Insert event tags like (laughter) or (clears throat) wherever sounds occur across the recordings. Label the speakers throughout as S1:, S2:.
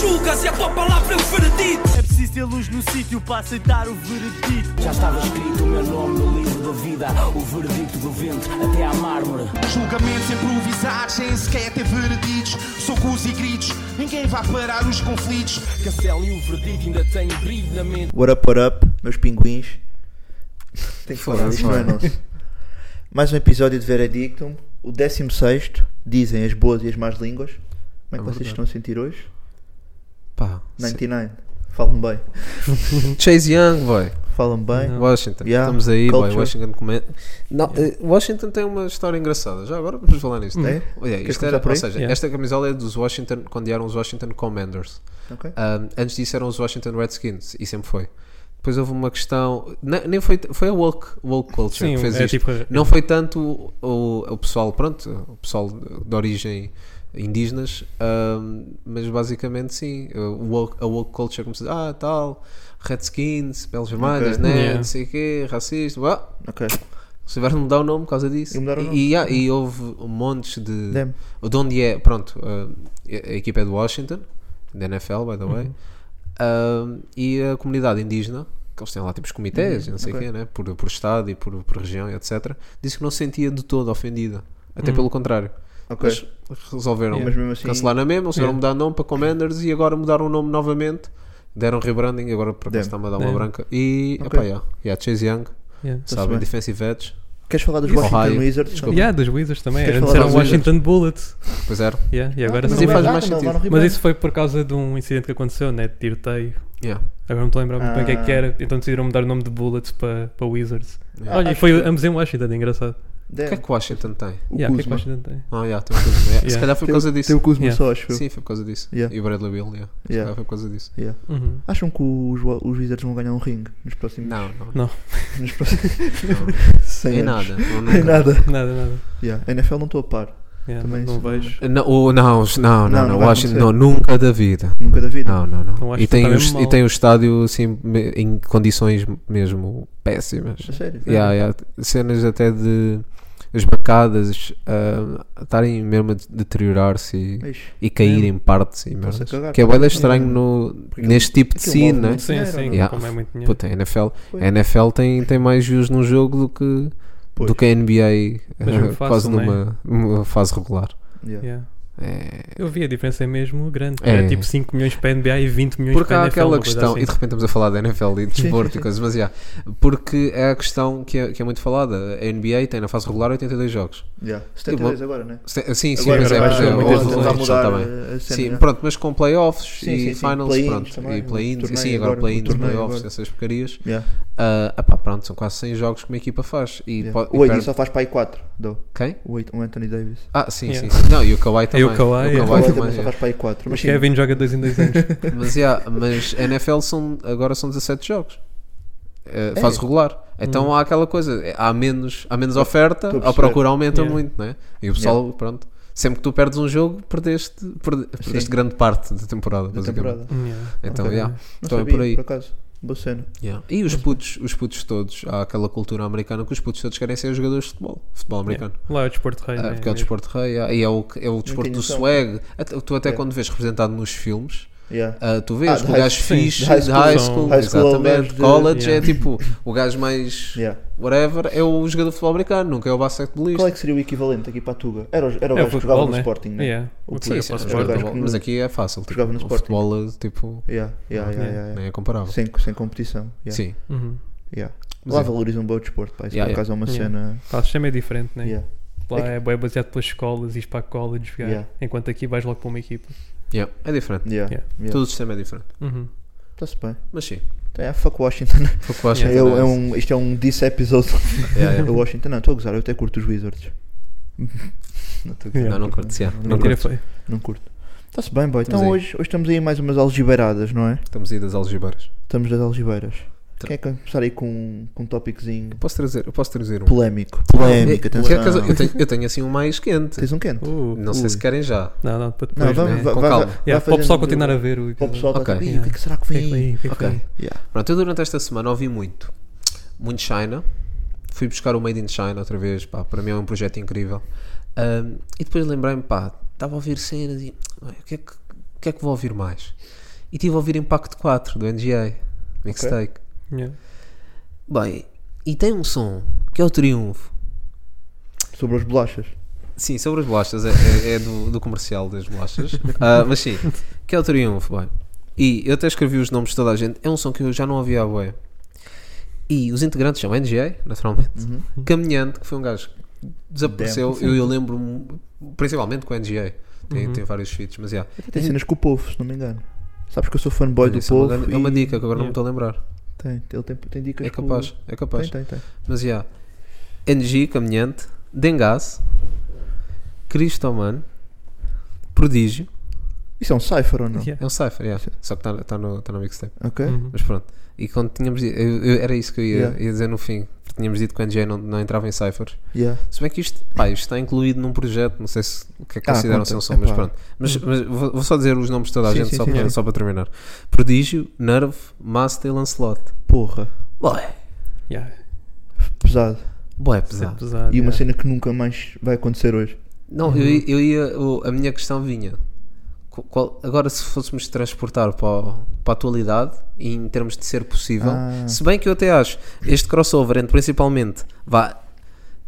S1: julgas e a tua palavra é o veredito.
S2: É preciso ter luz no sítio para aceitar o veredito.
S3: Já estava escrito o meu nome no livro da vida, o veredito do vento até à mármore.
S4: Julgamentos improvisados, sem sequer ter vereditos. Socos e gritos, ninguém vai parar os conflitos.
S3: Castelo e o veredito ainda têm brilho na mente.
S5: What up, what up, meus
S2: (laughs)
S5: pinguins? Tem que falar,
S6: Foda-se,
S5: isto não é
S6: mano.
S5: nosso. Mais um episódio de Veredictum, o 16. Dizem as boas e as más línguas. Como é que vocês
S6: verdade.
S5: estão a sentir hoje?
S6: Pá,
S5: 99. Falam bem.
S6: Chase Young, boy.
S5: Falam bem.
S6: Washington.
S5: Yeah,
S6: Estamos aí, boy.
S5: culture.
S6: Washington come... Não, eh, Washington tem uma história engraçada. Já agora vamos falar nisto.
S5: É?
S6: Olha,
S5: Queres
S6: isto era,
S5: começar por
S6: ou
S5: aí?
S6: seja,
S2: Yeah.
S6: esta camisola é dos Washington, quando eram os Washington Commanders.
S5: Ok.
S6: Um, antes disso eram os Washington Redskins, e sempre foi. Depois houve uma questão. ne- Nem foi, foi a woke, woke culture
S2: Sim,
S6: que fez
S2: é
S6: isto.
S2: tipo a-
S6: Não foi tanto o, o- o pessoal, pronto, o pessoal de origem indígenas, um, mas basicamente sim, o woke- a woke culture começou a dizer, ah, tal, Redskins, peles vermelhas, né,
S2: Yeah.
S6: não sei o quê, racista, bah,
S5: Ok.
S6: se tiver de mudar o nome por causa disso.
S5: E mudaram o nome.
S6: e, há- e houve um monte de.
S5: Damn.
S6: De onde é. Pronto, uh, a, a equipa é de Washington, da NFL, by the
S5: Uhum.
S6: way. Um, e a comunidade indígena, que eles têm lá tipo os comitês, não sei o
S5: Uhum, ok.
S6: quê, né? por, por estado e por, por região, e etc. Disse que não se sentia de todo ofendida. Até pelo contrário.
S5: Uhum. Ok.
S6: Mas resolveram
S5: Mas mesmo assim-
S6: cancelar na mesma, eles
S2: Yeah.
S6: yeah. mudar de nome para Commanders e agora mudaram o nome novamente. Deram rebranding, agora por acaso
S5: Damn.
S6: está-me a dar uma
S2: Damn.
S6: branca. E,
S5: Ok.
S6: epá, yeah, yeah, Chase Young,
S2: Yeah.
S6: sabe,
S5: bem.
S6: defensive edge.
S5: Queres falar dos
S6: Isso.
S5: Washington
S6: Ohio.
S5: Wizards?
S6: Desculpa.
S2: Yeah, dos Wizards também.
S5: Queres
S2: Antes
S5: falar
S2: eram
S5: dos
S2: Washington Bullets.
S6: Pois era.
S2: Yeah, e agora
S6: mas
S2: são
S6: aí faz
S2: Wizards.
S6: mais sentido.
S2: Mas isso foi por causa de um incidente que aconteceu, né? De tiroteio.
S6: Yeah.
S2: Agora não estou a lembrar muito bem o que é que
S5: Ah.
S2: era. Então decidiram mudar o nome de Bullets para, para Wizards.
S6: Yeah.
S2: Olha, e
S5: Acho
S2: foi
S5: que-
S2: ambos em Washington, é engraçado.
S6: O que é que Washington tem?
S2: Yeah,
S5: O
S2: o que é que
S5: Kuzma.
S2: Washington tem?
S6: Ah, yeah, tem o Kuzma. Yeah. Se
S2: Yeah.
S6: calhar foi por
S5: Tem- um-
S6: causa
S5: Tem
S6: disso.
S5: o Kuzma
S2: Yeah.
S5: só, acho eu.
S6: Sim, foi por causa disso.
S5: Yeah.
S6: E o Bradley Bill, yeah. Se
S5: Yeah.
S6: calhar foi por causa disso.
S5: Yeah.
S2: Uhum.
S5: Acham que os, wa- os Wizards vão ganhar um ringue nos próximos.
S6: Não, não.
S2: Não,
S5: Nos próximos
S6: (laughs)
S5: (laughs)
S6: não.
S5: 100
S6: Em
S5: anos.
S6: nada. Não,
S5: Em
S6: nunca.
S5: nada.
S2: nada, nada.
S5: Yeah. A NFL não estou a par.
S2: Yeah,
S5: Também
S2: não, não
S5: isso
S2: vejo.
S6: Não, o- não, não, não,
S5: Não,
S6: não,
S5: não vai
S6: Washington,
S5: acontecer.
S6: não, nunca da vida.
S5: Nunca da vida.
S6: Não, não,
S2: Então
S6: não.
S2: acho
S6: E
S2: que
S6: tem,
S2: tá
S6: o, é
S2: mesmo
S6: est-
S2: mal.
S6: e tem o estádio assim, me- em condições mesmo péssimas.
S5: A sério?
S6: Yeah, yeah. Cenas até de as bancadas ah, estarem mesmo a de- deteriorar-se e-
S5: Ixi.
S6: e cair
S2: Sim.
S6: em partes e
S5: Estão-se a cagar.
S6: merdas. Que é bem estranho no,
S5: Porque
S6: neste tipo de
S5: aquilo
S6: scene,
S5: move
S6: né?
S5: muito.
S2: Sim,
S5: Dinheiro,
S2: sim,
S5: não
S6: é? Yeah.
S2: como é muito dinheiro.
S6: Puta, a NFL,
S5: Pois.
S6: a NFL tem, tem mais views num jogo do que,
S5: Pois.
S6: do que é- a NBA
S2: Mas
S6: eh,
S2: jogo fácil,
S6: quase
S5: é?
S2: né?
S6: numa, numa fase regular.
S5: Yeah.
S2: Yeah.
S6: É,
S2: Eu vi, a diferença é mesmo grande.
S6: É.
S2: É tipo 5 milhões para a NBA e 20 milhões
S6: porque
S2: para
S6: há
S2: a NFL.
S6: aquela
S2: uma coisa
S6: questão,
S2: assim.
S6: e de repente estamos a falar da NFL e de
S5: (laughs) Sim,
S6: desporto
S5: sim,
S6: e coisas, mas yeah, porque é a questão que é, que é muito falada. A NBA tem na fase regular 82 jogos.
S5: Yeah. 72 agora, né?
S6: Se- Tipo, Sim, sim,
S5: agora,
S6: mas é,
S5: vai
S6: mas é
S5: ser
S2: agora
S6: houve
S2: muitas
S5: muito-
S6: uma
S5: vai
S6: redução
S5: mudar eh,
S6: também.
S5: a- a cena,
S6: Sim,
S5: yeah.
S6: pronto, mas com playoffs
S5: Sim,
S6: e
S5: sim, sim,
S6: finals,
S5: play-ins
S6: pronto,
S5: também, né?
S6: e play-ins,
S5: torneio
S6: e sim, agora,
S5: agora,
S6: play-ins,
S5: torneio
S6: playoffs,
S5: agora.
S6: essas porcarias.
S5: Yeah.
S6: Ah, epá, pronto, são quase 100 jogos que uma equipa faz. E
S5: Yeah.
S6: pode- e
S5: O Aiden
S6: perde-
S5: só faz para aí 4. Dou.
S6: Quem?
S5: O Aiden- o Anthony Davis.
S6: Ah, sim,
S2: Yeah.
S6: sim, sim. Não, e o Kawhi também.
S2: o Kawhi, é.
S5: O
S2: Vai
S5: Aiden
S6: também,
S5: só (laughs)
S6: é.
S5: faz para aí 4. Mas sim,
S2: Kevin joga 2 em
S6: (laughs)
S2: 2 anos.
S6: Mas, yeah, mas NFL são, agora são 17 jogos. Eh,
S5: É.
S6: Fase regular. Então há aquela coisa, eh, há menos, há menos oferta,
S5: Estou Hum. a
S6: a procura
S5: perceber.
S6: aumenta
S2: Yeah.
S6: muito, né? E o pessoal, pronto, sempre que tu perdes um jogo, perdeste, perde- perdeste grande parte da temporada,
S5: da
S6: basicamente.
S5: temporada.
S2: Yeah.
S6: Então,
S5: Ok.
S6: yeah,
S5: Não
S6: então é
S5: sabia,
S6: por aí.
S5: por acaso. Boa cena.
S6: yeah. E os putos, os putos todos, há aquela cultura americana que os putos todos querem ser jogadores de futebol, futebol americano.
S2: Lá é o desporto rei.
S6: Ah,
S2: né?
S6: porque é o desporto rei, ah, e é o, que- é o desporto do
S5: noção. É.
S6: swag. Até- Tu até
S5: Yeah.
S6: quando vês representado nos filmes,
S5: Yeah.
S6: ah, tu
S5: Ah,
S6: vês
S5: de
S6: que o
S5: high-
S6: gajo
S5: sim,
S6: fixe,
S5: de high
S6: de
S5: school
S6: high
S2: são-
S6: school,
S5: high school é o
S6: exatamente.
S5: gajo de-
S6: College
S2: yeah.
S6: é
S5: (laughs)
S6: tipo o gajo mais
S5: Yeah.
S6: whatever, é o jogador de futebol americano, nunca é o
S5: Qual é
S6: basquetebolista.
S5: que seria o equivalente aqui para a Tuga? Era o, era o
S2: É o
S5: gajo que jogava
S2: futebol,
S5: no
S2: né?
S5: Sporting, né?
S2: Yeah. O
S6: Sim,
S2: que
S6: sim,
S2: é para
S6: é
S2: o
S6: um jogador de
S5: Sporting.
S6: futebol, mas aqui é fácil. Tipo,
S5: Jogava no
S6: o
S5: Sporting.
S6: futebol tipo,
S5: Yeah, yeah, yeah,
S2: Yeah.
S5: yeah, yeah.
S6: nem é comparável.
S5: Sem, sem competição. Yeah.
S6: Sim,
S2: Uhum.
S5: Yeah.
S6: Mas
S5: Lá
S6: é.
S5: valorizam bem o desporto, pá. Isso
S6: Yeah,
S5: por acaso é uma
S2: yeah.
S5: cena.
S2: Pá, o sistema é diferente, né?
S5: Yeah.
S2: Lá é, bué baseado pelas escolas, ires para a college jogar.
S5: Yeah.
S2: Enquanto aqui vais logo para uma equipa.
S6: yeah, é diferente.
S5: Yeah.
S2: Yeah.
S6: Todo
S5: Yeah.
S6: o sistema é diferente.
S2: Uhum.
S5: Está-se bem.
S6: Mas sim,
S5: Então, yeah, fuck Washington.
S6: o que eu acho
S2: Yeah.
S6: que
S5: Eu-
S6: era
S5: (laughs) é
S6: isso.
S5: um, isto é um diss episode
S6: Yeah, yeah.
S5: do Washington. Não, estou a gozar, eu até curto os Wizards. (laughs) Não, estou a gozar.
S6: Não, não curto, yeah,
S5: Não
S6: não
S2: Tira
S6: curto.
S2: foi.
S5: Não curto. Está-se bem, boy. Então
S6: Estamos aí.
S5: hoje, hoje estamos aí mais umas algiberadas, não é?
S6: Estamos aí das algebaras.
S5: Estamos das algibeiras.
S6: Tra-
S5: Quem é que vai começar aí com, com um tópicozinho
S6: Eu posso trazer, eu posso trazer um.
S5: polémico? Polémico,
S6: Eh,
S5: atenção.
S6: Tá. quer- quer- eu, tenho, eu tenho assim um mais quente.
S5: Tens um quente?
S2: Uh.
S6: Não sei se querem já.
S2: Não, não, para
S5: Não,
S2: depois.
S5: vamos, um
S2: né?
S5: vai,
S6: com
S5: vai,
S6: calma.
S5: vai
S2: Yeah, para o
S5: fazendo-
S2: pessoal continuar a ver o
S5: Para o pessoal
S6: Ok.
S5: está tipo, "Ih, o que é
S2: Yeah.
S5: que será que
S2: O que
S5: vem
S2: é que
S5: aí?
S2: vem? O que é que
S6: Ok.
S2: vem?
S5: Yeah.
S6: Pronto, eu durante esta semana ouvi muito. Muito China. Fui buscar o Made in China outra vez. Pá, para mim é um projeto incrível. Ahm, e depois lembrei-me, pá, estava a ouvir cenas e. "Ai, O que é que. o que que é que vou ouvir mais? E tive a ouvir Impacto 4 do NGA, mixtape.
S7: Yeah.
S6: Bem, e tem um som que é o Triunfo.
S5: Sobre as bolachas.
S6: Sim, sobre as bolachas, é, é- é do, do comercial das
S5: (laughs)
S6: bolachas. Ah, mas sim, que é o Triunfo, bem. E eu até escrevi os nomes de toda a gente, é um som que eu já não ouvia à boia. E os integrantes são NGA, naturalmente,
S5: Uhum.
S6: Caminhante, que foi um gajo que desapareceu. Eu, eu lembro-me, principalmente com o NGA,
S5: Uhum.
S6: tem, tem vários feats, mas yeah.
S5: Tem cenas com o povo, se não me engano. Sabes que eu sou fanboy do
S6: Isso é uma
S5: povo.
S6: grande- é uma
S5: e-
S6: dica que agora não me
S7: Yeah.
S6: estou a lembrar.
S5: Tem, ele tem, tem dicas
S6: É
S5: com-
S6: capaz, é capaz.
S5: Tem, tem, tem.
S6: Mas já. NG, Caminhante, Dengas, Cristoman, Prodígio.
S5: Isso é um cipher ou não?
S7: Yeah.
S6: É um cipher, yeah. só que está no, tá no mixtape.
S5: Ok?
S7: Uhum.
S6: Mas pronto. E quando tínhamos dito, eu- eu- era isso que eu ia,
S5: Yeah.
S6: ia dizer no fim. porque Tínhamos dito que o NG não, não entrava em ciphers.
S5: Yeah.
S6: Se bem que isto, pá, isto está incluído num projeto, não sei se o que é que
S5: Ah,
S6: consideram
S5: conta.
S6: ser um som, mas
S5: Epá.
S6: pronto. Mas, mas vou, vou só dizer os nomes de toda a
S5: Sim,
S6: gente
S5: sim,
S6: só,
S5: sim,
S6: para,
S5: sim.
S6: só para terminar: Prodígio, Nerve, Master e Lancelot.
S5: Porra.
S6: Boé,
S7: Yeah.
S5: Pesado.
S6: boé,
S7: Isso é
S6: pesado.
S7: pesado.
S5: E uma
S7: yeah.
S5: cena que nunca mais vai acontecer hoje.
S6: Não, eu,
S5: Uhum.
S6: ia- eu ia. o- a minha questão vinha. Qu- qual- agora, se fôssemos transportar para, o- para a atualidade, e em termos de ser possível,
S5: Ah.
S6: se bem que eu até acho este crossover entre principalmente vá,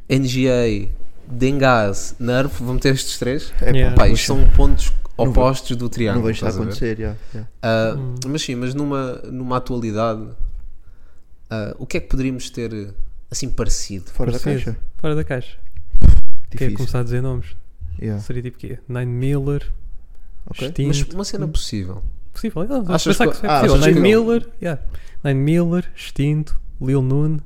S6: NGA, Dengas, Nerf, vamos ter estes três.
S5: É
S7: Yeah.
S6: Pá, isto são pontos
S5: vai-
S6: opostos do triângulo.
S5: Não vejo estar a
S6: estás a ver?
S5: acontecer, yeah, yeah.
S6: Ah,
S7: Uhum.
S6: Mas sim, mas numa, numa atualidade, ah, o que é que poderíamos ter assim parecido?
S5: Fora da
S7: Parecido.
S5: caixa.
S7: Fora da caixa.
S6: é
S2: é
S7: Quer
S5: Difícil.
S7: começar a dizer nomes?
S5: Yeah.
S7: Seria tipo quê? Nine Miller,
S5: Ok.
S7: Sting.
S6: Mas uma
S7: Hum.
S6: cena possível.
S7: Possível, não, vamos
S6: Achas
S7: pensar
S6: que-
S7: que, é
S5: ah,
S7: possível.
S5: achas
S7: Nine
S5: que-
S7: Miller, yeah. Nine Miller, Extinto, Lil Nun,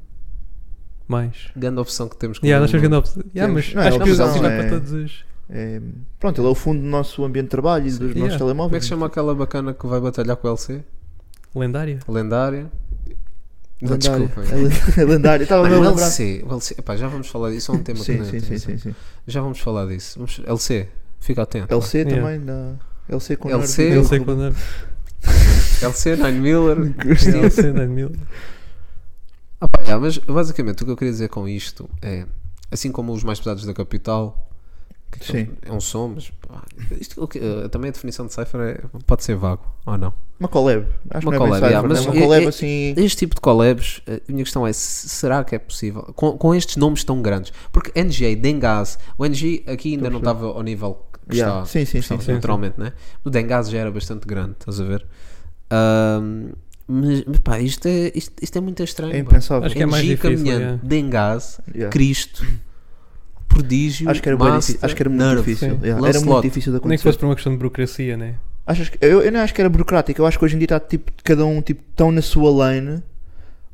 S7: mais.
S6: Grande opção que temos com
S7: Yeah,
S6: o
S7: nós temos
S6: mundo.
S7: grande opção. Yeah,
S5: Temos-
S7: mas
S5: não, é
S7: acho que
S5: opção,
S7: opção, vai
S5: é-
S7: para todos os.
S5: É, pronto, ele é o fundo do nosso ambiente de trabalho e dos
S7: Yeah.
S5: nossos telemóveis.
S6: Como é que se chama aquela bacana que vai batalhar com o LC?
S7: Lendária.
S6: Lendária. Não,
S5: Lendário.
S6: desculpem.
S5: É le- É lendário. Estava
S6: Mano,
S5: mesmo a
S6: o
S5: lembrar.
S6: LC, o LC epá, já vamos falar disso.
S5: (laughs)
S6: É um tema que
S5: Sim,
S6: não
S5: sim, sim,
S6: interessa.
S5: sim, sim.
S6: Já vamos falar disso. Vamos- LC, fica atento.
S5: LC
S7: Yeah.
S5: também na. LC com
S6: LC,
S5: Nervo.
S7: Eu sei é. que
S5: (laughs)
S7: Lendária.
S6: LC, Nine Miller.
S7: Sim, sim, Nine Miller.
S6: Ah, pá, yeah, mas basicamente o que eu queria dizer com isto é assim como os mais pesados da capital.
S5: Sim.
S6: É um som, mas pá, isto, o que- eh, também a definição de cipher é- pode ser vago ou não.
S5: Uma collab. Acho
S6: Uma
S5: que não é
S6: collab, yeah,
S5: bem cypher,
S6: mas
S5: né? Uma
S6: é-
S5: collab
S6: é-
S5: assim.
S6: Este tipo de collabs, a minha questão é: se- será que é possível? Com, com estes nomes tão grandes? Porque NGA, Dengas, o NG aqui ainda não estava ao nível que
S5: Yeah.
S6: está,
S5: Sim, sim,
S6: que
S5: sim,
S6: está
S5: sim,
S6: naturalmente, né? O Dengas já era bastante grande, estás a ver? Ahm, mas, mas pá, isto é, isto, isto é muito estranho.
S5: É
S6: pá.
S5: impensável.
S7: Acho que é mais
S6: NG
S7: difícil,
S6: caminhante,
S7: yeah.
S6: Dengas,
S5: Yeah.
S6: Cristo, Prodígio,
S5: Acho que era, bué
S6: Master,
S5: difícil, acho que era muito
S6: Nerve.
S5: difícil.
S7: Sim.
S5: yeah, Era
S6: Lancelot.
S5: muito difícil de
S7: Nem que
S5: acontecer.
S7: fosse por uma questão de burocracia, né?
S5: Achas que- eu, eu não acho que era burocrático, eu acho que hoje em dia está tipo, cada um tipo, tão na sua lane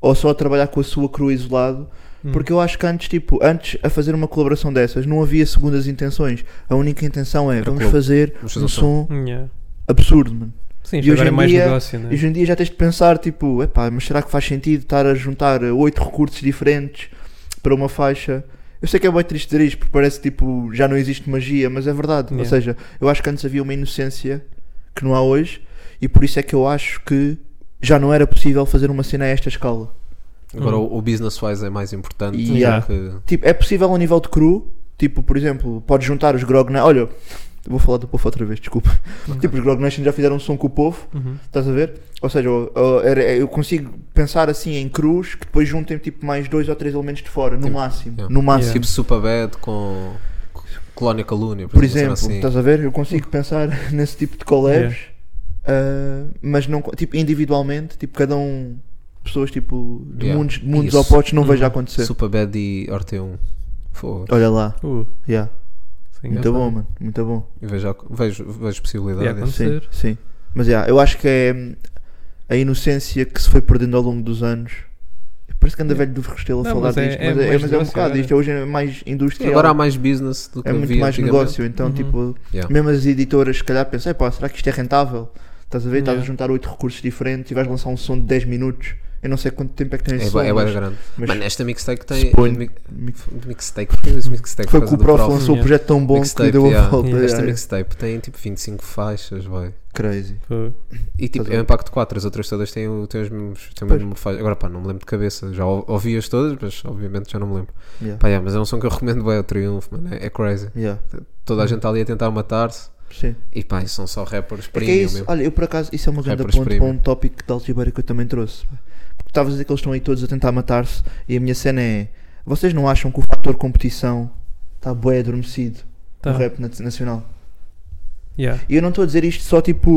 S5: ou só a trabalhar com a sua crew isolado.
S7: Hum.
S5: Porque eu acho que antes, tipo, antes a fazer uma colaboração dessas, não havia segundas intenções. A única intenção é vamos
S6: clube.
S5: fazer
S6: Vamos fazer
S5: um
S6: um
S5: som
S7: Yeah.
S5: absurdo, mano.
S7: Sim,
S5: E
S7: isto agora
S5: hoje
S7: é
S5: em
S7: mais
S5: dia-
S7: negócio, né?
S5: E hoje em dia já tens de pensar, tipo, epá, mas será que faz sentido estar a juntar eh, oito recursos diferentes para uma faixa? Eu sei que é bem triste dizer isto, porque parece tipo, já não existe magia, mas é verdade. Ou
S7: Yeah.
S5: seja, eu acho que antes havia uma inocência que não há hoje, e por isso é que eu acho que já não era possível fazer uma cena a esta escala.
S6: Agora o, o business wise é mais importante.
S5: Uhum. Yeah.
S6: porque-
S5: Tipo, é possível a nível de cru, tipo, por exemplo, podes juntar os Grognation. Olha, vou falar do povo outra vez, desculpa. Tipo, os Grognation já fizeram um som com o povo,
S7: Uhum.
S5: estás a ver? Ou seja, eu, eu- era- eu consigo pensar assim em cruz que depois juntem tipo mais dois ou três elementos de fora, no máximo.
S6: yeah.
S5: No máximo.
S6: Tipo Superbad com com Colónica Lúnia, por,
S5: Por exemplo,
S6: assim.
S5: estás a ver? Eu consigo pensar (laughs) nesse tipo de collabs, ah, mas não, co- tipo, individualmente, tipo, cada um, pessoas tipo, de
S6: Yeah.
S5: mundos, mundos
S6: Isso. Uhum.
S5: opostos, não vejo a acontecer.
S6: Superbad e Orte1. Fogo.
S5: Olha lá,
S7: Uh,
S5: yeah.
S7: isso é
S5: muito
S7: engraçado.
S5: bom, mano, muito bom.
S6: Eu Vejo, a- vejo, vejo
S7: Yeah,
S6: possibilidades.
S7: quando-
S5: Sim,
S7: acontecer.
S5: sim. Mas yeah, eu acho que é hum, a inocência que se foi perdendo ao longo dos anos. Parece que anda velho do Restelo a
S7: Não,
S5: falar
S7: mas é- é
S5: disto, mas, é,
S7: mais
S5: mas é um
S7: negócio
S5: bocado
S7: agora.
S5: isto. Hoje é mais
S6: Sim,
S5: industrial.
S6: agora há mais business do que
S5: é muito
S6: havia
S5: mais
S6: antigamente.
S5: negócio. Então,
S7: Uhum.
S5: tipo,
S6: Yeah.
S5: mesmo as editoras, se calhar, pensei, pá, será que isto é rentável? Estás a ver? Estás a
S7: Yeah.
S5: juntar oito recursos diferentes e vais lançar um som de 10 minutos. Eu não sei quanto tempo é que tens
S6: É,
S5: esse
S6: bué-
S5: som,
S6: é bué
S5: mas-
S6: grande.
S5: mas
S6: Mano, esta mixtape tem.
S5: suponho-
S6: mi-
S5: mi-
S6: Mixtape, porque eu disse mixtape?
S5: Foi
S6: por
S5: que
S6: causa
S5: o
S6: do
S5: Prof lançou um
S7: Yeah.
S5: projeto tão bom que
S6: Mixtape,
S5: deu a
S6: yeah.
S5: volta.
S7: Yeah.
S6: Esta
S5: yeah,
S6: mixtape tem tipo 25 faixas, vai.
S5: Crazy.
S7: Uh,
S6: E tipo,
S5: Estás a
S6: é o
S5: ver?
S6: impacto 4, as outras todas têm, o- têm os mesmos. Têm o mesmo faixa. Agora pá, não me lembro de cabeça. Já ou- ouvi-as todas, mas obviamente já não me lembro.
S5: Yeah.
S6: Pá, yeah, mas é um som que eu recomendo, bem, é o Triunfo, mano. É, é crazy.
S5: Yeah.
S6: Toda a gente ali a tentar matar-se.
S5: Sim.
S6: E pá, e são só rappers
S5: É que é
S6: premium
S5: isso.
S6: mesmo.
S5: Olha, eu por acaso, isso é uma grande
S6: Rappers
S5: ponte para
S6: premium.
S5: um tópico que tal Tibeira que eu também trouxe. Porque estavas a dizer que eles estão aí todos a tentar matar-se e a minha cena é. Vocês não acham que o fator competição está bué adormecido
S7: Tá.
S5: no rap na- nacional?
S7: Yeah.
S5: E eu não estou a dizer isto só tipo.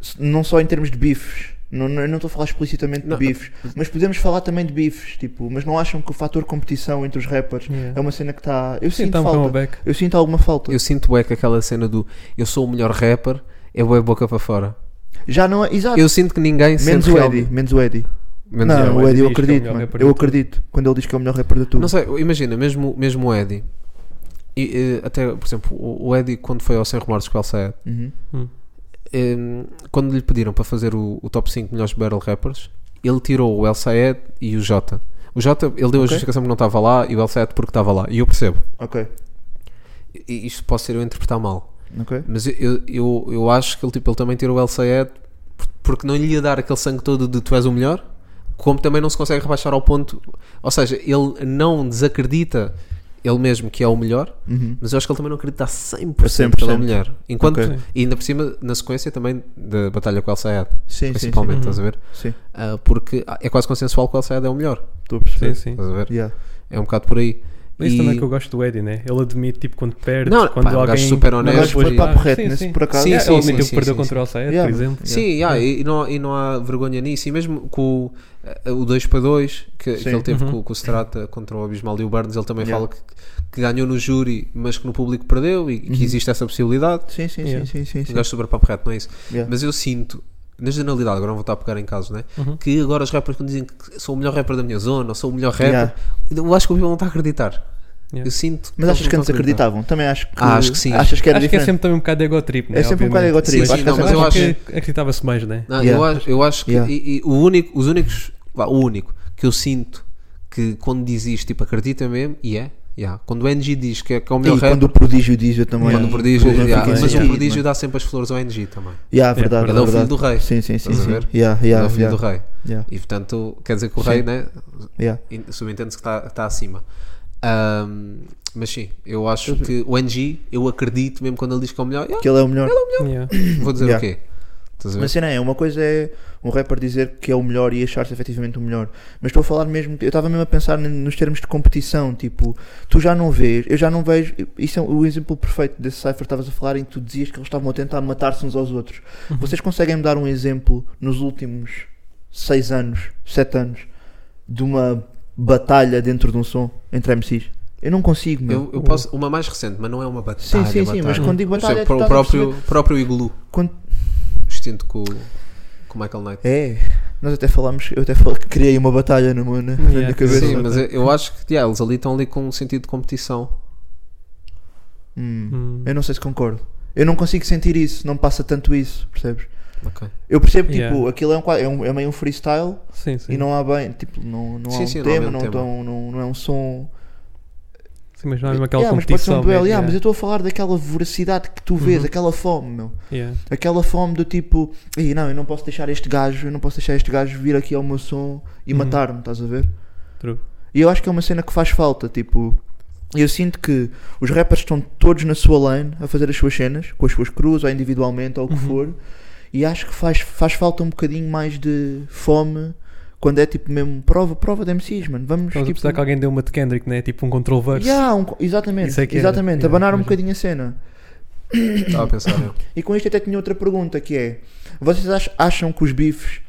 S5: s- Não só em termos de bifes. Não, não, eu não estou a falar explicitamente
S6: Não. ah,
S5: de bifes. Mas podemos falar também de bifes. Tipo, mas não acham que o fator competição entre os rappers
S7: Yeah.
S5: é uma cena que está. Eu
S7: Sim,
S5: sinto
S7: está um
S5: falta.
S7: comeback.
S5: Eu sinto alguma falta.
S6: Eu sinto bué que aquela cena do eu sou o melhor rapper é bué boca para fora.
S5: Já não é. Exato.
S6: Eu sinto que é ninguém
S5: menos
S6: sente
S5: o
S6: real-
S5: Eddie. Menos o Eddie.
S6: Menos
S5: não,
S6: eu.
S5: o Eddie eu
S7: diz que é o
S5: acredito,
S7: melhor
S5: mano.
S7: rapper
S5: Eu
S7: da turma.
S5: acredito quando ele diz que é o melhor rapper da turma.
S6: Não sei, imagina, mesmo, mesmo o Eddie. E, eh, até, por exemplo, o o Eddie, quando foi ao Sem Remorsos com o El Sayed,
S5: Uhum.
S6: em- quando lhe pediram para fazer o, o top 5 melhores battle rappers, ele tirou o El Sayed e o Jota. O Jota, ele deu a
S5: Ok.
S6: justificação porque não estava lá e o El Sayed porque estava lá. E eu percebo.
S5: Ok,
S6: E, isto pode ser eu a interpretar mal.
S5: ok.
S6: Mas eu, eu, eu, eu acho que ele, tipo, ele também tirou o El Sayed por- porque não lhe ia dar aquele sangue todo de tu és o melhor, como também não se consegue rebaixar ao ponto. Ou seja, ele não desacredita ele mesmo que é o melhor,
S5: Uhum.
S6: mas eu acho que ele também não acredita a 100%, que ele é
S5: 100%.
S6: o melhor. Enquanto,
S5: Ok.
S6: e ainda por cima, na sequência também da batalha com o El Sayed,
S5: Sim, sim, sim.
S6: principalmente, estás a ver?
S5: Sim,
S6: Ah, porque é quase consensual que o El Sayed é o melhor,
S5: estou a perceber.
S7: Sim, sim.
S6: estás a ver?
S5: Yeah.
S6: É um bocado por aí.
S7: Mas isso
S6: E-
S7: também é que eu gosto do Eddie, né? Ele admite tipo quando perde,
S6: Não,
S7: quando
S6: pá, é um gajo
S7: alguém.
S6: super
S7: quando
S6: honesto.
S5: Mas
S7: depois-
S5: foi papo
S7: Ah,
S5: reto
S7: sim,
S5: nesse
S7: sim.
S5: por acaso.
S6: Sim,
S7: Yeah,
S6: sim,
S7: ele
S6: sim,
S7: admitiu
S6: sim,
S7: que perdeu
S6: sim,
S7: contra o Alcaide,
S5: Yeah, é
S7: por
S5: mano.
S7: exemplo.
S6: Sim, ah, e, não, há- e não há vergonha nisso. E mesmo com o- eh, o 2 para 2 que, que
S5: Sim.
S6: ele teve
S7: Uhum.
S6: com, com o Strata contra o Abismal e o Barnes, ele também
S5: Yeah.
S6: fala que, que ganhou no júri, mas que no público perdeu e que existe essa possibilidade.
S5: Sim, sim,
S7: Yeah.
S5: sim, Uhum. sim, sim,
S6: Um
S5: sim.
S6: gajo super papo reto, não é isso?
S5: Yeah.
S6: Mas eu sinto, na generalidade, agora não vou estar a pegar em casos, né?
S7: Uhum.
S6: Que agora os rappers, quando dizem que sou o melhor rapper da minha zona, ou sou o melhor rapper,
S5: Yeah.
S6: eu acho que o Bill não está a acreditar.
S7: Yeah.
S6: Eu sinto.
S5: Mas achas
S6: eles
S5: que
S6: não
S5: antes
S6: estão a acreditar.
S5: acreditavam? Também acho que.
S6: Ah, acho que sim.
S5: Achas que era
S7: Acho que é
S5: diferente?
S7: sempre também um bocado egotrip, né?
S5: É sempre um bocado
S7: Obviamente.
S5: egotrip.
S6: Sim,
S5: acho
S6: sim,
S5: que é
S6: não,
S5: sempre-
S6: mas eu
S7: Acho
S6: acho-
S7: que acreditava-se mais, né?
S6: Não, eu
S5: Yeah.
S6: acho, eu acho que
S5: Yeah.
S6: e- e o único, os únicos, vá, o único que eu sinto que quando diz isto, tipo, acredita mesmo, e é. yeah. Quando o NG diz que é, que é o melhor
S5: E
S6: rapper,
S5: quando é, o prodígio diz eu também.
S6: quando o prodígio,
S5: Porra,
S6: yeah,
S5: fiquei
S6: mas o
S5: sentido,
S6: prodígio
S5: assim, mano.
S6: dá sempre as flores ao NG também.
S5: Yeah, verdade,
S6: Ele é o filho
S5: verdade.
S6: do rei.
S5: Sim, sim, sim.
S6: Estás a
S5: sim.
S6: ver?
S5: Yeah,
S6: Ele é
S5: yeah,
S6: o filho
S5: yeah,
S6: do rei.
S5: yeah,
S6: E portanto, quer dizer que o rei, né?
S5: yeah.
S6: in- Subentende-se que está está acima. Ahm, mas sim, eu acho que o NG, eu acredito mesmo quando ele diz que é o melhor.
S5: Que ele é o melhor. (clears throat)
S7: Yeah.
S6: yeah, vou dizer
S5: Yeah.
S6: o quê? Estás a ver?
S5: Mas cena é, uma coisa é um rapper dizer que é o melhor e achar-se efetivamente o melhor. Mas estou a falar mesmo, eu estava mesmo a pensar n- nos termos de competição, tipo, tu já não vês, eu já não vejo, isso é o exemplo perfeito desse cipher que estavas a falar em que tu dizias que eles estavam a tentar matar-se uns aos outros.
S6: Uhum.
S5: Vocês conseguem me dar um exemplo nos últimos 6 anos, 7 anos, de uma batalha dentro de um som entre MCs? Eu não consigo, meu.
S6: Eu, eu posso, uma mais recente, mas não é uma batalha.
S5: Sim, sim, sim, mas
S6: batalha.
S5: quando digo
S6: Por
S5: batalha,
S6: exemplo,
S5: tu
S6: o
S5: estás a
S6: próprio, próprio Iglu,
S5: Quando-
S6: extinto com, com o Michael Knight.
S5: É, nós até falámos, eu até falei, que criei uma batalha na, na, na
S7: Yeah,
S5: minha
S7: que
S5: cabeça.
S6: Sim, mas eu, eu acho que yeah, eles ali estão ali com um sentido de competição.
S5: Hum,
S7: Hum.
S5: Eu não sei se concordo. Eu não consigo sentir isso, não passa tanto isso, percebes?
S6: Ok.
S5: Eu percebo, tipo,
S7: Yeah.
S5: aquilo é, um, qua- é, um- é meio um freestyle
S7: Sim, sim.
S5: e não há bem, tipo, não, não há
S6: Sim,
S5: um
S6: sim, não há
S5: tema,
S6: bem um
S5: não,
S6: tema.
S5: tão- não, não é um som.
S7: Sim, mas não é mesmo aquela
S5: Yeah, mas pode ser
S7: competição. né?
S5: um duelo,
S7: mesmo, Uhum.
S5: yeah, mas eu estou a falar daquela voracidade que tu vês, aquela fome, meu.
S7: É, yeah.
S5: Aquela fome do tipo, "Ei, não, eu não posso deixar este gajo, eu não posso deixar este gajo vir aqui ao meu som e
S7: Uhum.
S5: matar-me, estás a ver?
S7: True.
S5: E eu acho que é uma cena que faz falta, tipo, eu sinto que os rappers estão todos na sua lane a fazer as suas cenas, com as suas cruz, ou individualmente, ou o que
S7: Uhum.
S5: for, e acho que faz, faz falta um bocadinho mais de fome quando é tipo mesmo prova, prova de MCs, mano.
S7: Estamos
S5: Vamos
S7: a
S5: tipo.
S7: precisar que alguém dê uma de Kendrick, né? Tipo um control verse.
S5: Yeah, um co- exatamente,
S7: Isso é que era.
S5: exatamente,
S7: Yeah,
S5: abanar um
S7: imagino.
S5: bocadinho a cena.
S6: Estava a pensar. eu.
S5: E com isto até tinha outra pergunta que é: vocês ach- acham que os bifes,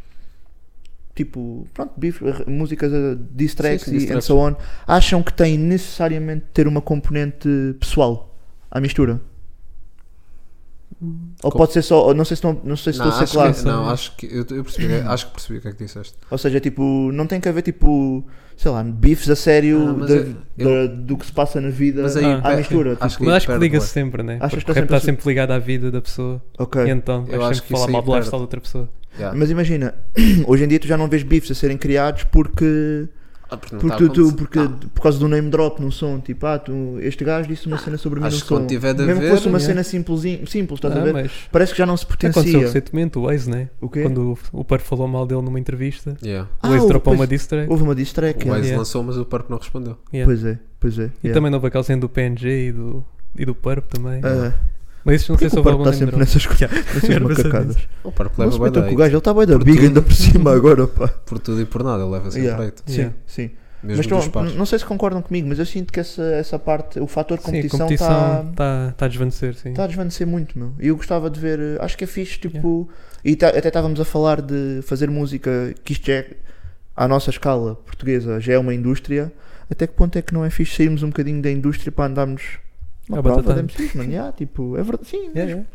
S5: tipo, pronto, bifes, r- músicas uh, diss tracks
S6: sim,
S5: e
S6: diss
S5: and
S6: tracks.
S5: so on, acham que têm necessariamente de ter uma componente pessoal à mistura? Ou
S6: Com-
S5: pode ser só, ou não sei se, não, não sei se
S6: Hum. não,
S5: estou a ser
S6: acho
S5: claro.
S6: que, não, acho que eu, eu percebi, acho que percebi o que é que disseste.
S5: Ou seja, tipo, não tem que haver tipo, sei lá, bifes a sério
S6: Ah, mas
S5: da-
S6: eu-
S5: da- do que se passa na vida
S6: Mas aí
S7: Ah,
S5: à mistura.
S6: acho
S5: tipo,
S6: que
S7: Mas acho que
S6: perde,
S7: liga-se
S6: bué.
S7: sempre, né?
S5: Achas
S7: Porque
S5: que
S7: o rap
S5: está
S7: está
S5: sempre-
S7: sempre ligado à vida da pessoa.
S5: tipo, ok.
S7: E então,
S6: É. Eu acho
S7: vais sempre
S6: que isso
S7: falar
S6: aí
S7: mal do
S6: perde.
S7: lifestyle da outra pessoa.
S6: Yeah.
S5: Mas imagina, (clears throat) hoje em dia tu já não vês bifes a serem criados porque
S6: Ah, porque não
S5: Porque,
S6: tá
S5: tu- tu-
S6: acontecendo.
S5: porque
S6: Não.
S5: por causa do name drop num som, tipo, ah, tu, este gajo disse uma cena sobre mim
S6: acho
S5: num
S6: que quando
S5: som.
S6: tiver de né?
S5: Mesmo que
S6: haver,
S5: fosse uma
S7: yeah.
S5: cena simplesinha- simples, estás a
S7: Ah,
S5: ver?
S7: mas
S5: Parece que já não se
S7: aconteceu
S5: potencia.
S7: recentemente, o Waze, né?
S5: O quê?
S7: Quando o- o Par falou mal dele numa entrevista,
S6: Yeah.
S5: Ah,
S7: o Waze
S5: houve-
S7: dropou
S5: pois-
S7: uma diss track.
S5: Houve uma diss track,
S6: O
S5: é.
S6: Waze
S7: Yeah.
S6: lançou, mas o Parque não respondeu.
S7: Yeah.
S5: Pois é, pois é.
S7: E
S5: yeah.
S7: também não houve aquela cena do PNG e do, e do Purp também.
S5: Ah,
S7: Mas esses não
S5: Por
S7: sei
S5: que
S7: se
S5: que o
S7: houve
S5: Parque
S7: algum
S5: está
S7: lembrão.
S5: sempre nessas, co-
S7: (laughs)
S5: nessas
S7: Era bastante
S5: macacadas.
S7: isso.
S6: O parque
S5: Não se
S6: leva bué
S5: metam que o
S6: de
S5: gajo, ele está bem da
S6: Por
S5: biga
S6: tudo.
S5: ainda
S6: (laughs)
S5: por cima agora, pá.
S6: hate. por tudo e por nada, ele leva sempre
S5: Yeah.
S6: hate.
S5: Sim,
S7: Yeah.
S5: sim.
S6: Mesmo
S5: mas
S6: dos
S5: hum, não-
S6: pares.
S5: não sei se concordam comigo, mas eu sinto que essa, essa parte, o fator
S7: Sim, a
S5: competição está
S7: competição está tá a desvanecer, sim.
S5: tá a desvanecer muito, meu. E eu gostava de ver, eh, acho que é fixe, tipo, e tá- até estávamos a falar de fazer música, que isto é, à nossa escala portuguesa, já é uma indústria, até que ponto é que não é fixe sairmos um bocadinho da indústria para andarmos uma
S7: Ah,
S5: prova de
S7: batatamos.
S5: MCs, mano, yeah, tipo, é verdade, sim,
S7: Yeah,
S5: mesmo.
S7: yeah.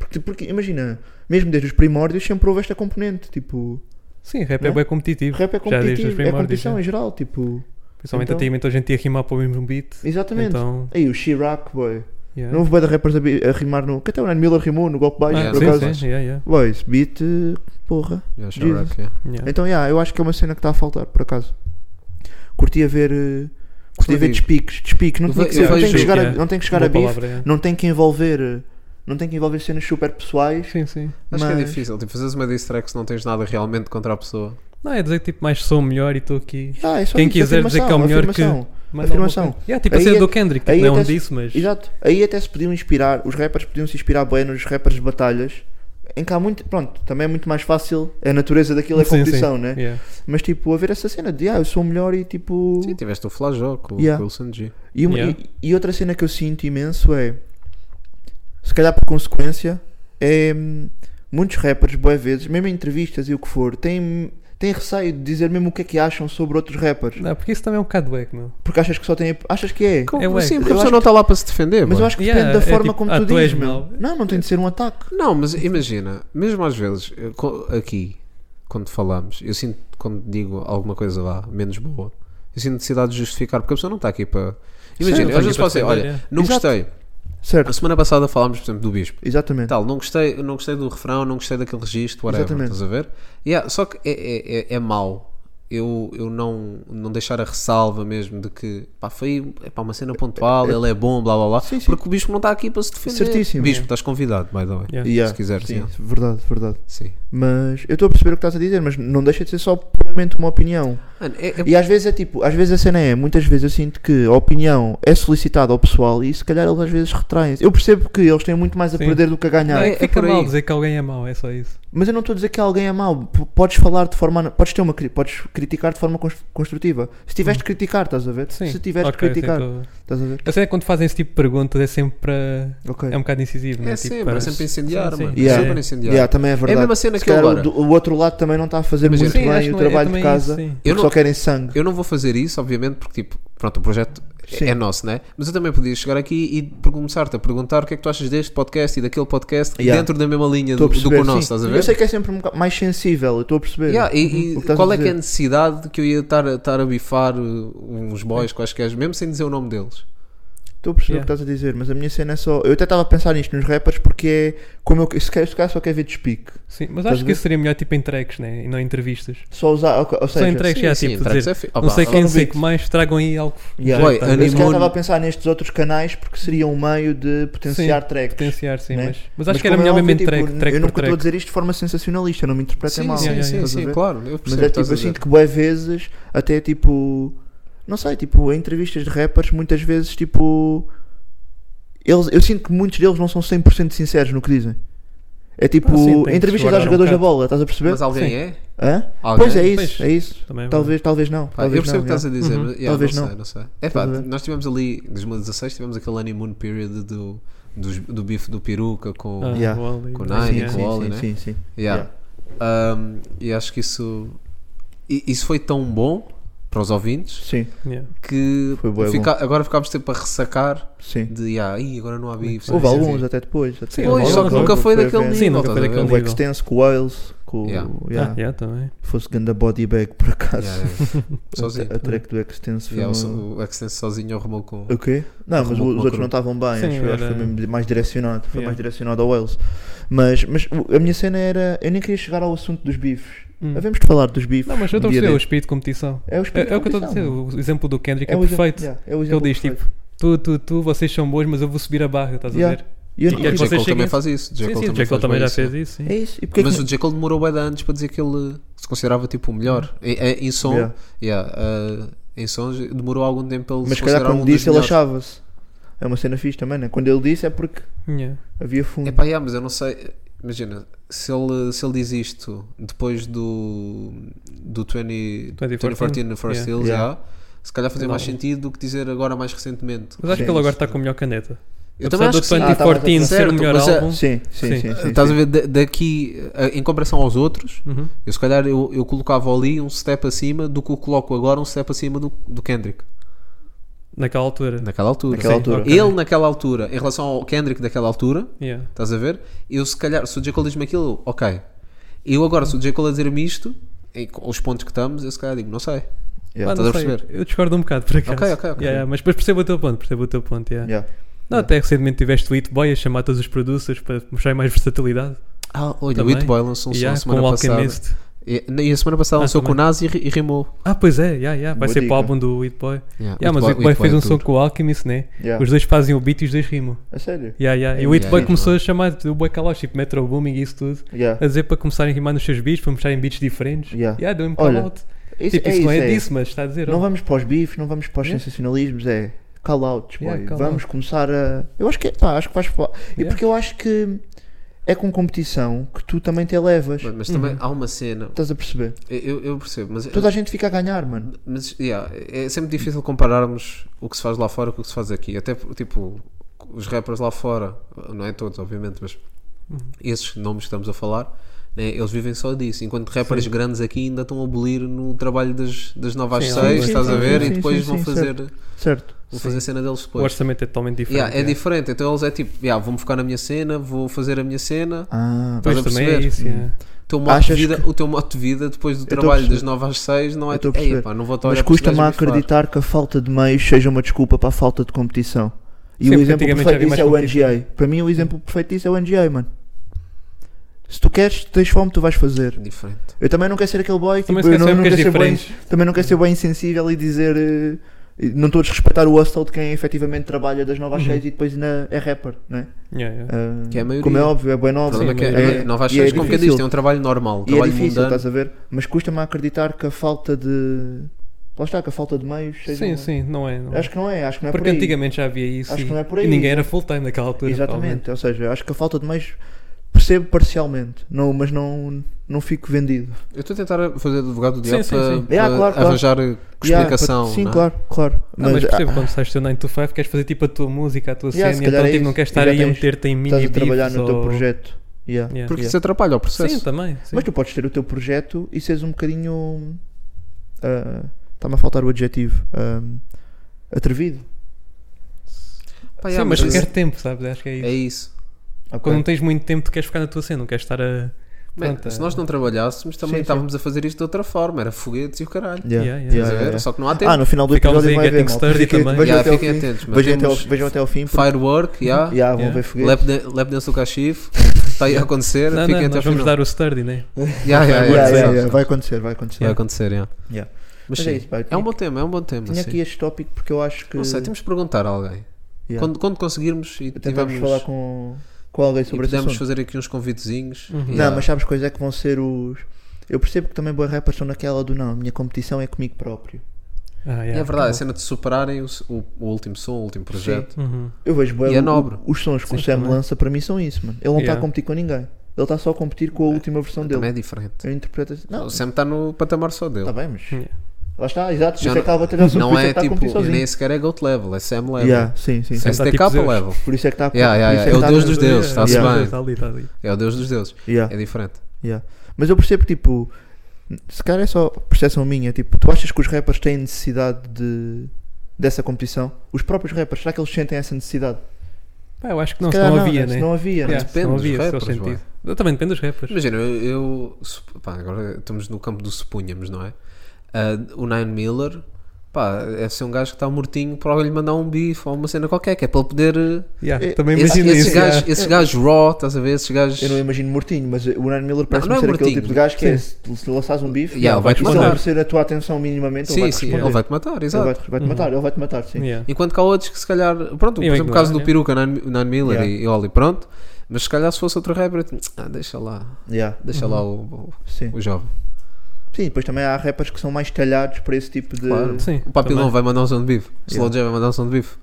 S5: Porque, porque, imagina, mesmo desde os primórdios sempre houve esta componente, tipo,
S7: Sim, rap é
S5: Né?
S7: bem competitivo.
S5: rap é
S7: Já desde os
S5: competitivo, é
S7: primórdios,
S5: competição
S7: é.
S5: em geral, tipo,
S7: Principalmente
S5: Então-
S7: antigamente a gente ia rimar para o mesmo beat.
S5: exatamente.
S7: Então,
S5: Aí o Chirac, boy.
S7: yeah.
S5: Não houve bué de rappers a, bi- a rimar no. Que até o Nan Miller rimou no golpe baixo,
S7: ah,
S5: por
S7: sim,
S5: acaso.
S7: sim, yeah, yeah,
S5: Boy, esse beat, eh, porra.
S6: Yeah, sure,
S5: Jesus.
S6: rock, yeah.
S7: yeah.
S5: Então, yeah, eu acho que é uma cena que está a faltar, por acaso. Curtia ver. eh, Curtia
S6: Eu
S5: ver
S6: digo.
S5: despiques, despiques. Não
S6: Eu
S5: tinha
S6: ve-
S5: que
S6: eu
S5: ser, não tem
S6: vejo-
S5: que chegar a-
S7: yeah.
S5: não tem que chegar
S7: Boa
S5: a bife,
S7: palavra, yeah.
S5: não tem que envolver. eh, Não tem que envolver cenas super pessoais.
S7: Sim, sim.
S6: Acho que é
S5: Mas-
S6: difícil. Tipo, fazes uma diss track se não tens nada realmente contra a pessoa.
S7: Não, é dizer que tipo, mais sou melhor e estou aqui.
S5: Ah, é só
S7: Quem
S5: isso,
S7: quiser dizer que é o melhor que-
S5: afirmação.
S7: Mandar alguma
S5: Afirmação.
S7: coisa. Yeah, tipo, a
S5: Aí
S7: cena
S5: é-
S7: do Kendrick,
S5: aí
S7: tipo, não é
S5: até
S7: um
S5: se-
S7: disso, mas...
S5: Exato. Aí até se podiam inspirar, os rappers podiam se inspirar bem nos rappers de batalhas. Em que há muito. Pronto, também é muito mais fácil. É a natureza daquilo, é a
S7: Sim, sim.
S5: competição, né?
S7: Yeah.
S5: Mas tipo, haver essa cena de ah, eu sou o melhor e tipo.
S6: Sim, tiveste o Flajó com,
S5: Yeah.
S6: com o Wilson G.
S5: E, uma-
S7: Yeah.
S5: e- e outra cena que eu sinto imenso é. Se calhar por consequência, é. hum, Muitos rappers, boas vezes, mesmo em entrevistas e o que for, têm, têm receio de dizer mesmo o que é que acham sobre outros rappers.
S7: Não, porque isso também é um bocado wack, meu.
S5: Porque achas que só têm. Achas que é.
S7: É
S6: Como
S7: wack.
S6: assim? Porque
S5: Eu
S6: a
S5: acho
S6: pessoa não está lá para se defender.
S5: Mas eu
S6: bué.
S5: acho que
S7: Yeah,
S5: depende
S7: é
S5: da forma
S7: tipo,
S5: como
S7: ah,
S5: tu
S7: tu
S5: dizes,
S7: és
S5: meu.
S7: mau.
S5: Não, não tem de ser um ataque.
S6: Não, mas imagina, mesmo às vezes, eu co- aqui, quando falamos, eu sinto, quando digo alguma coisa lá, menos boa, eu sinto necessidade de justificar, porque a pessoa não está aqui para.
S5: Sim, não
S6: Imagina,
S5: está
S6: às
S7: aqui
S6: vezes
S7: para
S6: posso dizer,
S7: defender,
S6: olha,
S7: é.
S6: não
S5: Exato.
S6: gostei. A
S5: Certo,
S6: semana passada falámos, por exemplo, do Bispo.
S5: exatamente.
S7: Tá
S6: Tal, não gostei, não gostei do refrão, não gostei daquele registro, whatever,
S5: Exatamente.
S6: estás a ver? Yeah, só que é, é, é- é mau eu, eu não, não deixar a ressalva mesmo de que pá, foi é, pá, uma cena pontual, ele é bom, blá blá blá,
S5: Sim, sim.
S6: porque o Bispo não está aqui para se defender.
S5: Certíssimo.
S6: Bispo,
S5: É.
S6: estás convidado, by the way.
S7: Yeah.
S5: Yeah,
S6: se quiseres,
S5: sim,
S6: yeah.
S5: verdade, verdade.
S6: Sim.
S5: Mas eu estou a perceber o que estás a dizer, mas não deixa de ser só puramente uma opinião.
S6: Mano, é- é-
S5: E às vezes é tipo, às vezes a cena é, muitas vezes eu sinto que a opinião é solicitada ao pessoal e se calhar eles às vezes retraem. Eu percebo que eles têm muito mais a
S7: Sim.
S5: perder do que a
S7: Não,
S5: ganhar.
S7: é,
S6: é
S7: que fica
S6: por aí.
S7: mal dizer que alguém é mau, é só isso.
S5: Mas eu não estou a dizer que alguém é mau. P- Podes falar de forma. Podes, ter uma, cri- podes criticar de forma cons- construtiva. Se
S6: Uhum.
S5: tiveres de criticar, estás a ver?
S7: Sim.
S5: Se tiveres
S7: ok,
S5: de criticar,
S7: sim, tô-
S5: estás a ver?
S7: A cena é que quando fazem esse tipo de perguntas é sempre para...
S5: Ok.
S7: É um bocado incisivo, não
S6: É
S7: Tipo,
S6: sempre,
S7: para-
S6: é sempre incendiar,
S7: Sim, sim.
S6: mano.
S5: Yeah.
S6: É sempre incendiar.
S5: Yeah, também é verdade.
S6: mesma cena
S5: Se
S6: que eu
S5: calhar o
S6: agora.
S5: do- O, outro lado também não está a fazer
S6: Imagina.
S5: muito
S7: Sim, acho que
S5: bem o
S7: não é- é
S5: trabalho de
S7: também
S5: casa.
S7: isso, sim.
S5: porque
S6: Eu não-
S5: só querem sangue.
S6: Eu não vou fazer isso, obviamente, porque tipo, pronto, o projeto é-
S5: Sim.
S6: é nosso, né? Mas eu também podia chegar aqui e per- começar-te a perguntar o que é que tu achas deste podcast e daquele podcast
S5: Yeah.
S6: dentro da mesma linha
S5: Estou
S6: do,
S5: a
S6: do
S5: perceber.
S6: que o nosso,
S5: sim.
S6: estás a ver?
S5: Eu sei que é sempre um bocado mais sensível, eu estou a perceber.
S6: Yeah, e e
S5: Uhum. O que estás
S6: qual
S5: a
S6: é que é a
S5: dizer.
S6: necessidade que eu ia estar, a- estar a bifar uh, uns boys quaisquer, mesmo sem dizer o nome deles?
S5: Estou a perceber
S7: Yeah.
S5: o que estás a dizer, mas a minha cena é só. Eu até estava a pensar nisto nos rappers porque é como eu. Se calhar, se calhar só quer ver despique.
S7: Sim, mas
S5: Estás
S7: acho
S5: a
S7: que
S5: ver?
S7: isso seria melhor tipo em tracks, né? E não em entrevistas.
S5: Só usar. ok, ou
S7: Só
S5: seja,
S7: em tracks, já,
S6: sim,
S7: tipo,
S6: tracks
S7: dizer,
S6: é fi-
S7: não
S6: Opa,
S7: sei
S6: só
S7: quem,
S5: no
S7: sei
S5: beat.
S7: que mais, tragam aí algo...
S5: Yeah.
S6: Boy,
S7: tá-
S5: Eu se calhar
S6: Animono-
S5: estava a pensar nestes outros canais porque seria um meio de potenciar tracks.
S7: Potenciar, sim,
S5: né?
S7: mas... Mas acho que
S5: como
S7: era
S5: é
S7: melhor mesmo em
S5: óbvio,
S7: track,
S5: tipo,
S7: track
S5: Eu
S7: por
S5: nunca estou a
S7: track.
S5: dizer isto de forma sensacionalista, não me interpretem
S6: Sim,
S5: mal.
S6: sim,
S7: Yeah,
S6: sim,
S7: yeah,
S5: estás a
S6: sim,
S5: ver?
S6: claro. Eu
S5: Mas
S6: percebo
S5: é
S6: o que estás
S5: tipo,
S6: a
S5: eu
S6: dizer.
S5: sinto que boé vezes, até tipo, não sei, tipo, em entrevistas de rappers, muitas vezes, tipo, eles, eu sinto que muitos deles não são 100% sinceros no que dizem. É tipo,
S7: Ah, sim, tem que
S5: entrevistas
S7: guardar
S5: aos
S7: um
S5: jogadores da
S7: bocado.
S5: bola, estás a perceber?
S6: Mas alguém
S7: Sim.
S6: é?
S5: Hã?
S6: Alguém?
S5: Pois é isso,
S7: Pois,
S5: é isso.
S7: também é
S5: talvez, talvez não.
S6: Pá,
S5: Talvez
S6: eu percebo o que
S5: não,
S6: estás a dizer,
S7: Uhum.
S6: mas, yeah,
S5: Talvez
S6: não,
S5: não.
S6: sei, não sei. É pá,
S5: Estás a ver?
S6: nós tivemos ali, em 2016, tivemos aquele honeymoon period do, dos- do bife do peruca com.
S7: Ah,
S5: Yeah.
S7: o Oli,
S6: Com
S7: mas-
S6: Nine,
S5: Sim,
S6: com
S5: sim,
S6: Wally,
S5: sim,
S6: né?
S5: sim, sim.
S6: Yeah. Um, e acho que isso. i- Isso foi tão bom para os ouvintes
S5: Sim,
S7: Yeah.
S6: que
S5: Foi bué
S6: fica- agora ficámos sempre a ressacar
S5: sim.
S6: de ah, ih, agora não há bife.
S5: Houve
S6: não sei o
S5: alguns
S6: quê."
S5: até depois. Até
S7: Sim,
S6: Pois,
S7: houve
S6: só que
S7: alguns.
S6: nunca foi daquele nível.
S7: Sim, nunca foi
S6: estás a
S7: daquele
S6: ver?
S5: Houve
S7: nível.
S5: Extense com o Wales, com
S6: Yeah.
S5: o.
S7: Ah,
S5: (laughs) yeah.
S7: yeah, também.
S5: Fosse ganda body bag por acaso.
S6: Yeah, yeah. Sozinho.
S5: (laughs) A, a track do Extense foi
S6: Yeah, o
S5: uma-
S6: so- o Extense sozinho arrumou com.
S5: O quê? Não, mas
S6: Arrumou
S5: os
S6: Tipo, uma
S5: outros
S6: cru.
S5: não estavam bem,
S7: Sim,
S5: acho, eu, acho que
S7: era-
S5: foi mesmo mais direcionado, foi
S7: Yeah.
S5: mais direcionado ao Wales. Mas, mas o- a minha cena era. Eu nem queria chegar ao assunto dos bifes.
S7: Hum.
S5: Havemos de falar dos bifes.
S7: Não, mas eu estou
S5: um
S7: a
S5: dia
S7: perceber o
S5: deste.
S7: espírito de competição.
S5: É o
S7: É,
S5: espírito
S7: é o que eu estou a
S5: da
S7: dizer,
S5: competição.
S7: o exemplo do Kendrick é,
S5: o exemplo-
S7: perfeito.
S5: yeah, é o
S7: Ele
S5: exemplo
S7: diz
S5: perfeito.
S7: tipo, tu, tu, tu, vocês são bons, mas eu vou subir a barra, estás
S5: Yeah.
S7: a ver?
S5: E eu-
S7: e
S5: e-
S6: O J.
S7: vocês
S6: Cole também
S7: cheguem-
S6: faz isso. o J.
S7: sim,
S6: Cole
S7: sim, o Jack
S6: faz
S7: também
S6: bué
S7: já
S6: isso.
S7: fez isso, sim.
S5: É isso. E porque
S6: Mas o J. Cole demorou bem antes para dizer que ele se considerava tipo o melhor. Em, em- em som,
S5: Hum. Yeah.
S6: yeah, ah, em sons, demorou algum tempo para ele
S5: mas
S6: se
S5: calhar
S6: considerar
S5: quando
S6: um dos
S5: disse ele
S6: melhores.
S5: achava-se. É uma cena fixe também, né? Quando ele disse é porque
S7: Yeah.
S5: havia fundo.
S6: É pá, yeah, mas eu não sei. Imagina, se ele, se ele diz isto depois do, do 20,
S7: 2014,
S6: 2014 no First
S7: yeah.
S6: Hills,
S5: Yeah.
S6: já, se calhar fazia mais sentido do que dizer agora mais recentemente.
S7: Mas acho
S5: Sim,
S7: que ele agora
S5: sim.
S7: está com a melhor caneta.
S6: Eu
S7: Apesar
S6: também acho
S7: do
S6: que sim.
S5: Ah, tá,
S7: 2014
S5: mas é
S7: ser o
S6: certo,
S7: melhor
S6: mas é-
S7: álbum.
S5: Sim, sim, sim.
S7: Sim.
S5: sim, sim.
S6: Estás a ver, da- daqui, eh, em comparação aos outros,
S7: Uhum.
S6: eu se calhar eu, eu colocava ali um step acima do que eu coloco agora, um step acima do, do Kendrick,
S7: Naquela altura.
S6: naquela altura.
S5: Naquela
S6: Sim.
S5: altura.
S7: ok.
S6: Ele naquela altura, em relação ao Kendrick daquela altura,
S7: Yeah.
S6: Estás a ver? Eu se calhar, se o J. Cole diz-me aquilo, ok. Eu agora, se o J. Cole a dizer-me isto, e com os pontos que estamos, eu se calhar digo, não sei.
S5: Yeah.
S7: Pá, Ah, não
S6: estás a
S7: sei,
S6: perceber?
S7: Eu discordo um bocado, por acaso.
S6: Ok, ok, ok.
S7: Yeah, yeah, mas depois percebo o teu ponto, percebo o teu ponto, yeah.
S5: Yeah.
S7: Não, até recentemente tiveste o It Boy a chamar todos os producers para mostrar mais versatilidade.
S6: Ah, olha, o
S7: Também.
S6: It Boy lançou um som a
S7: Yeah,
S6: semana
S7: com o
S6: passada.
S7: Alchemist.
S6: E, e a semana passada
S7: Ah,
S6: lançou com o
S7: também.
S6: Nazi e, ri- e rimou.
S7: Ah, pois é, yeah, yeah. vai
S5: Boa
S7: ser para
S5: dica.
S7: o álbum do It Boy.
S6: Yeah,
S7: Yeah, mas o It Boy fez
S6: é
S7: um som
S6: tudo.
S7: com o Alchemist, né?
S5: Yeah.
S7: Os dois fazem o beat e os dois rimam.
S5: A sério?
S7: Yeah, yeah. E o
S5: É,
S7: It
S6: yeah,
S7: Boy
S6: yeah.
S7: começou a chamar o Boy Kalosh, tipo Metro Booming e isso tudo,
S5: Yeah.
S7: a dizer para começarem a rimar nos seus beats, para mostrarem beats diferentes.
S5: Yeah.
S7: Yeah, deu-me
S5: Olha,
S7: call out.
S5: Isso,
S7: Tipo,
S5: é
S7: isso não é
S5: é.
S7: disso, mas está a dizer.
S5: Não
S7: ó.
S5: vamos para os bifes, não vamos para os
S7: Yeah.
S5: sensacionalismos, é call-outs, boy.
S7: Yeah, call
S5: vamos começar a. Eu acho que é, pá, acho que vais falar. E
S7: Yeah.
S5: porque eu acho que é com competição que tu também te elevas.
S6: Mas, mas
S7: Uhum.
S6: também há uma cena,
S5: Estás a perceber?
S6: eu, eu percebo, mas,
S5: Toda a gente fica a ganhar, mano.
S6: mas yeah, é sempre difícil compararmos o que se faz lá fora com o que se faz aqui. Até tipo, os rappers lá fora, não é todos, obviamente, mas
S5: Uhum.
S6: esses nomes que estamos a falar, né, eles vivem só disso. Enquanto rappers grandes aqui ainda estão a abolir no trabalho das, das novas
S7: Sim,
S6: seis,
S7: sim,
S6: estás
S5: sim,
S6: a ver?
S5: sim,
S6: e
S5: sim,
S6: depois
S5: sim,
S6: vão,
S5: sim,
S6: fazer,
S5: Certo.
S6: vão fazer a cena deles
S7: O
S6: depois.
S7: orçamento é totalmente diferente.
S6: Yeah, é
S7: yeah.
S6: diferente, então eles é tipo, yeah, vou-me focar na minha cena, vou fazer a minha cena.
S5: Ah,
S6: Estás
S7: Pois
S6: a
S7: também é
S6: perceber?
S7: isso, yeah.
S5: Tipo,
S6: Teu modo de
S5: Achas
S6: vida, O teu modo de vida depois do
S5: tô a
S6: trabalho das
S5: perceber.
S6: 9 às 6 não é
S5: Eu tô a
S6: "Ei,
S5: perceber.
S6: pá, não vou estar a
S5: mas
S6: olhar para este
S7: é
S5: custa-me a
S6: gajo bifar."
S5: acreditar que a falta de meios seja uma desculpa para a falta de competição. E
S7: Sim,
S5: o
S7: porque
S5: exemplo
S7: antigamente
S5: perfeito disso
S7: havia
S5: é o
S7: mais
S5: NGA. Para mim, o exemplo perfeito disso é o NGA, mano. Se tu queres, tens fome, tu vais fazer.
S6: Diferente.
S5: Eu também não quero ser aquele boy que
S7: Também se
S5: tipo,
S7: é
S5: eu não,
S7: quer
S5: não
S7: ser
S5: quero
S7: bocas
S5: ser bem,
S7: diferentes.
S5: também não quero ser bem insensível e dizer eh, não estou a desrespeitar o hustle de quem efetivamente trabalha das 9 às 6 e depois ainda é rapper, não é?
S7: Yeah, yeah.
S5: Ah,
S6: Uhum. Que é a maioria.
S5: como é óbvio, é bem
S6: O
S5: óbvio.
S6: problema é que
S5: mas
S6: é, não vais
S5: e é
S6: ser como quem diz,
S5: difícil.
S6: tem um trabalho normal, um
S5: E é
S6: trabalho
S5: difícil,
S6: mundano.
S5: estás a ver? Mas custa-me a acreditar que a falta de. Lá está, que a falta de meios. seja
S7: Sim,
S5: uma-
S7: sim, não é. não é.
S5: Acho que não é, acho que não é
S7: Porque
S5: por aí.
S7: antigamente já havia isso
S5: Acho
S7: e,
S5: que não é por aí,
S7: e ninguém era full time naquela altura.
S5: Exatamente, ou seja, acho que a falta de meios percebo parcialmente, não, mas não, não fico vendido.
S6: Eu estou a tentar fazer advogado do diabo
S7: Sim, sim,
S6: para,
S7: sim.
S6: para
S5: Yeah, claro, claro.
S6: arranjar com
S5: Yeah,
S6: explicação.
S5: Sim,
S6: não é?
S5: claro, claro.
S7: provavelmente. Ah, mas percebo, quando sais do teu 9 to 5, queres fazer tipo a tua música, a tua
S5: Yeah, se
S7: cena, e então
S5: calhar é
S7: tipo, não
S5: isso.
S7: queres
S5: E
S7: estar
S5: já
S7: aí a
S5: tens-
S7: meter te em mini
S5: Estás a trabalhar no
S7: beefs
S5: teu
S7: ou-
S5: projeto. Yeah.
S7: Yeah.
S6: Porque
S5: Yeah.
S6: isso atrapalha o processo.
S7: Sim,
S5: então.
S7: também. Sim.
S5: Mas tu podes ter o teu projeto e seres um bocadinho. ah, Está-me a faltar o adjetivo. ah, atrevido.
S6: Pá,
S7: Sim,
S6: yeah,
S7: mas
S6: mas
S7: requer tempo, sabes? Acho que é isso.
S6: é isso.
S5: Ok.
S7: Quando não tens muito tempo, tu queres ficar na tua cena, não queres estar a.
S6: Man,
S7: Pronto,
S6: se nós não trabalhássemos, também
S5: Sim, sim.
S6: estávamos a fazer isto de outra forma. Era foguetes e o caralho.
S7: Yeah,
S5: Yeah,
S7: yeah.
S5: yeah,
S6: Estás a
S5: yeah,
S6: ver?
S5: yeah.
S6: Só que não há tempo.
S5: Ah, no final do
S7: Ficamos
S5: episódio
S7: aí
S5: vai ver.
S7: getting
S5: malta.
S7: sturdy
S5: Fiquem-
S7: também.
S5: Vejam
S6: Yeah,
S5: até ao
S6: fiquem
S5: fim.
S6: atentos, mas
S5: Vejam até ao-
S6: temos
S5: Vejam até ao fim. porque-
S6: Firework, yeah.
S5: Yeah, vão
S7: Yeah.
S5: ver
S6: Lap,
S5: foguetes.
S6: dan- lap dance do
S5: (laughs)
S6: cachifo. Está Tá aí a acontecer.
S7: Não,
S6: Fiquem
S7: não,
S6: até ao
S7: nós vamos
S6: final.
S7: dar o sturdy, né?
S6: Yeah, yeah, yeah,
S5: Yeah, yeah,
S6: yeah,
S5: yeah, Vai acontecer, vai acontecer.
S6: Vai acontecer, yeah.
S5: Yeah.
S6: Mas,
S5: Mas é
S6: sim,
S5: isso, pá, eu
S6: é um
S5: tinha
S6: bom tema, é um bom tema.
S5: Tinha
S6: sim.
S5: aqui este tópico porque eu acho que.
S6: Não sei, temos de perguntar a alguém.
S5: Yeah.
S6: Quando, quando conseguirmos e
S5: Tentámos
S6: tivermos
S5: falar com, com alguém
S6: e
S5: sobre esse
S6: pudermos
S5: assunto.
S6: fazer aqui uns convitezinhos.
S5: Não,
S6: yeah.
S5: mas sabes quais é que vão ser os. Eu percebo que também boas rappers estão naquela do não, a minha competição é comigo próprio.
S7: Ah,
S6: E
S7: yeah,
S6: é verdade, a
S7: tá
S6: cena de superarem o, o- o último som, o último projeto.
S7: bom. Uhum.
S5: Eu vejo bué
S6: E é
S5: o-
S6: nobre.
S5: os sons que o
S7: Sim,
S5: Sam
S7: também.
S5: lança para mim são isso, mano. Ele não está
S7: Yeah.
S5: a competir com ninguém. Ele está só a competir com a última versão
S6: Também é
S5: dele.
S6: diferente.
S5: Eu interpreto assim. Não,
S6: O Sam está no patamar só dele.
S5: está bem, mas.
S7: Yeah.
S5: Lá está,
S6: Já
S5: exato. Isso é que
S6: não-
S5: estava a ter a
S6: Não é
S5: está a competir
S6: tipo, nem
S5: tá sozinho.
S6: sequer é GOAT level, é Sam level.
S5: Yeah, sim, sim, sim.
S6: É
S7: Sam tá tipo
S6: STK
S7: Zeus.
S6: level.
S5: Por isso é que está a
S6: Yeah, yeah,
S5: por isso
S6: yeah. É o
S5: que tá-
S6: Deus dos deuses,
S7: Yeah,
S5: está-se
S7: yeah,
S6: bem.
S7: Está ali, está ali.
S6: É o Deus dos deuses.
S5: Yeah.
S6: É diferente.
S5: Yeah. Mas eu percebo, tipo, se calhar é só percepção minha, tipo, tu achas que os rappers têm necessidade de, dessa competição? Os próprios rappers, será que eles sentem essa necessidade?
S7: Pá, eu acho que não,
S5: se
S7: se não
S5: calhar
S7: havia,
S5: se
S7: né?
S5: não havia, né?
S7: Yeah, se não
S6: Depende
S7: havia,
S6: dos
S7: se faz
S6: rappers, vai.
S7: sentido. Também depende dos rappers.
S6: Imagina, eu. eu sup- pá, agora estamos no campo do supunhamos, não é? Ah, o Nine Miller, pá, deve ser um gajo que está mortinho para alguém lhe mandar um bife ou uma cena qualquer, que é para ele poder.
S7: Yeah,
S5: eh,
S7: também
S6: Esse,
S7: imagino
S6: esses,
S7: isso.
S6: gajos,
S7: yeah.
S6: esses gajos raw, estás a ver? Esses gajos.
S5: Eu não imagino mortinho, mas o Nan Miller parece-me
S6: não é
S5: ser aquele
S6: mortinho.
S5: tipo de gajo que é, se se lançares um bife,
S6: Yeah, ele vai-te
S5: se
S6: mandar.
S5: ele merecer a tua atenção minimamente,
S6: sim,
S5: ele vai-te
S6: sim,
S5: responder.
S6: ele vai-te matar,
S5: Ele
S6: exato.
S5: vai-te vai-te matar, ele vai-te matar, sim.
S7: Yeah.
S6: Enquanto que há outros que se calhar, pronto, por
S7: Eu
S6: exemplo, o caso do
S7: ignoro,
S6: peruca, Nan Nan Miller
S5: Yeah.
S6: e e Oli, pronto. Mas se calhar se fosse outro rapper, eu tinha, ah, deixa lá,
S5: Yeah,
S6: deixa lá o,
S5: sim.
S6: o, o jovem.
S5: Sim, depois também há rappers que são mais talhados para esse tipo de...
S6: Claro.
S7: Sim,
S6: O Papilão
S7: também.
S6: vai mandar um som de bife, o Slow
S5: Yeah.
S6: J vai mandar um som de bife.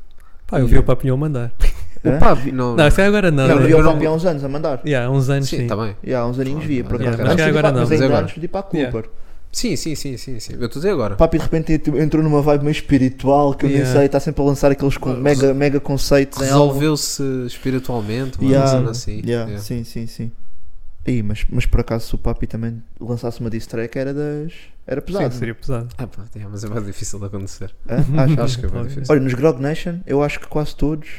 S7: Pá, eu vi o Papinhão mandar.
S5: É?
S6: Pá, vi- não,
S7: Não, se calhar agora não.
S5: Não, tá
S7: né?
S5: eu
S6: eu
S5: vi
S6: não-
S5: o Papi há uns anos a mandar.
S7: Yeah, há uns anos sim.
S6: sim, está bem.
S5: E há uns aninhos via, por
S6: Yeah,
S5: acaso.
S6: mas
S7: agora
S5: Antes de ir para-
S7: não.
S5: Mas
S6: Mas
S5: ainda
S6: agora.
S5: antes de ir para a
S7: Yeah.
S5: Cooper.
S6: Sim, sim, sim, sim, sim. Eu estou a dizer agora.
S5: Papi de repente ent- entrou numa vibe meio espiritual que eu nem
S7: Yeah.
S5: sei, está sempre a lançar aqueles con- mega, mega conceitos em álbum.
S6: Resolveu-se espiritualmente, uma
S5: Yeah,
S6: cena assim.
S5: Yeah,
S6: yeah.
S5: Sim, sim, sim. Ih, mas, mas por acaso se o Papi também lançasse uma diss track era das. Era
S7: Sim,
S5: pesado.
S7: seria pesado.
S6: Ah, pá, yeah, mas é mais difícil de
S5: (laughs)
S6: acontecer.
S7: (laughs)
S5: Hã? Acho-
S6: Acho que é
S7: Olha.
S6: mais difícil.
S5: Olha, nos Grog Nation eu acho que quase todos.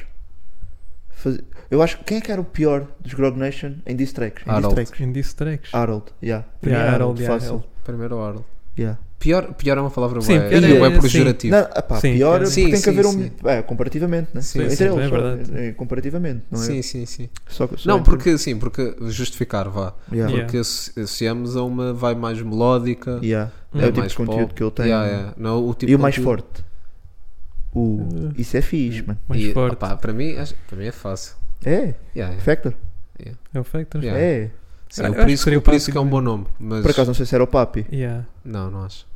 S5: faz- Eu acho que quem é que era o pior dos Grog Nation em diss tracks? Em diss
S6: Harold.
S5: tracks?
S7: Em diss tracks.
S5: Harold, yeah. Para
S7: Yeah,
S5: mim é
S7: Harold, yeah,
S5: fácil.
S7: Harold.
S6: Primeiro o Arlo.
S5: Yeah.
S6: Pior, pior é uma palavra
S7: Sim,
S6: bué-
S7: pior
S5: é-
S6: bué
S7: sim.
S6: pejorativa.
S5: Não, ah pá,
S7: Sim,
S5: pior
S6: sim,
S5: porque tem que
S6: Tipo, sim,
S5: haver
S6: sim.
S5: um. É, comparativamente, né?
S6: Sim,
S5: Entre
S7: sim,
S5: eles,
S7: é
S5: só,
S7: verdade.
S5: é, é, comparativamente, não é?
S6: Sim, sim, sim.
S5: Só que- só
S6: Não,
S5: entre-
S6: porque sim, porque justificar, vá.
S5: Yeah.
S7: Yeah.
S6: Porque asso- associamos a uma vai mais melódica.
S5: Yeah.
S7: Hum.
S5: É,
S7: É
S5: o tipo
S6: mais
S5: de conteúdo
S6: pop.
S5: que eu tenho.
S6: Yeah, yeah. Não, o tipo
S5: e o
S6: de
S5: mais
S6: conteúdo-
S5: forte? O... Isso é fixe, mano.
S7: Mais
S6: E,
S7: forte.
S6: opá, para, mim, acho- para mim é fácil.
S5: É,
S6: Yeah, yeah.
S5: Factor.
S7: É o Factor.
S6: Yeah.
S5: É.
S6: Sim,
S7: Eu
S6: eu
S7: acho
S6: por
S7: que
S6: isso,
S7: seria
S6: eu por
S7: o
S6: isso que é um
S7: Papi
S6: bom nome. Mas
S5: Por acaso não sei se era o Papi.
S7: Yeah.
S6: Não, não acho.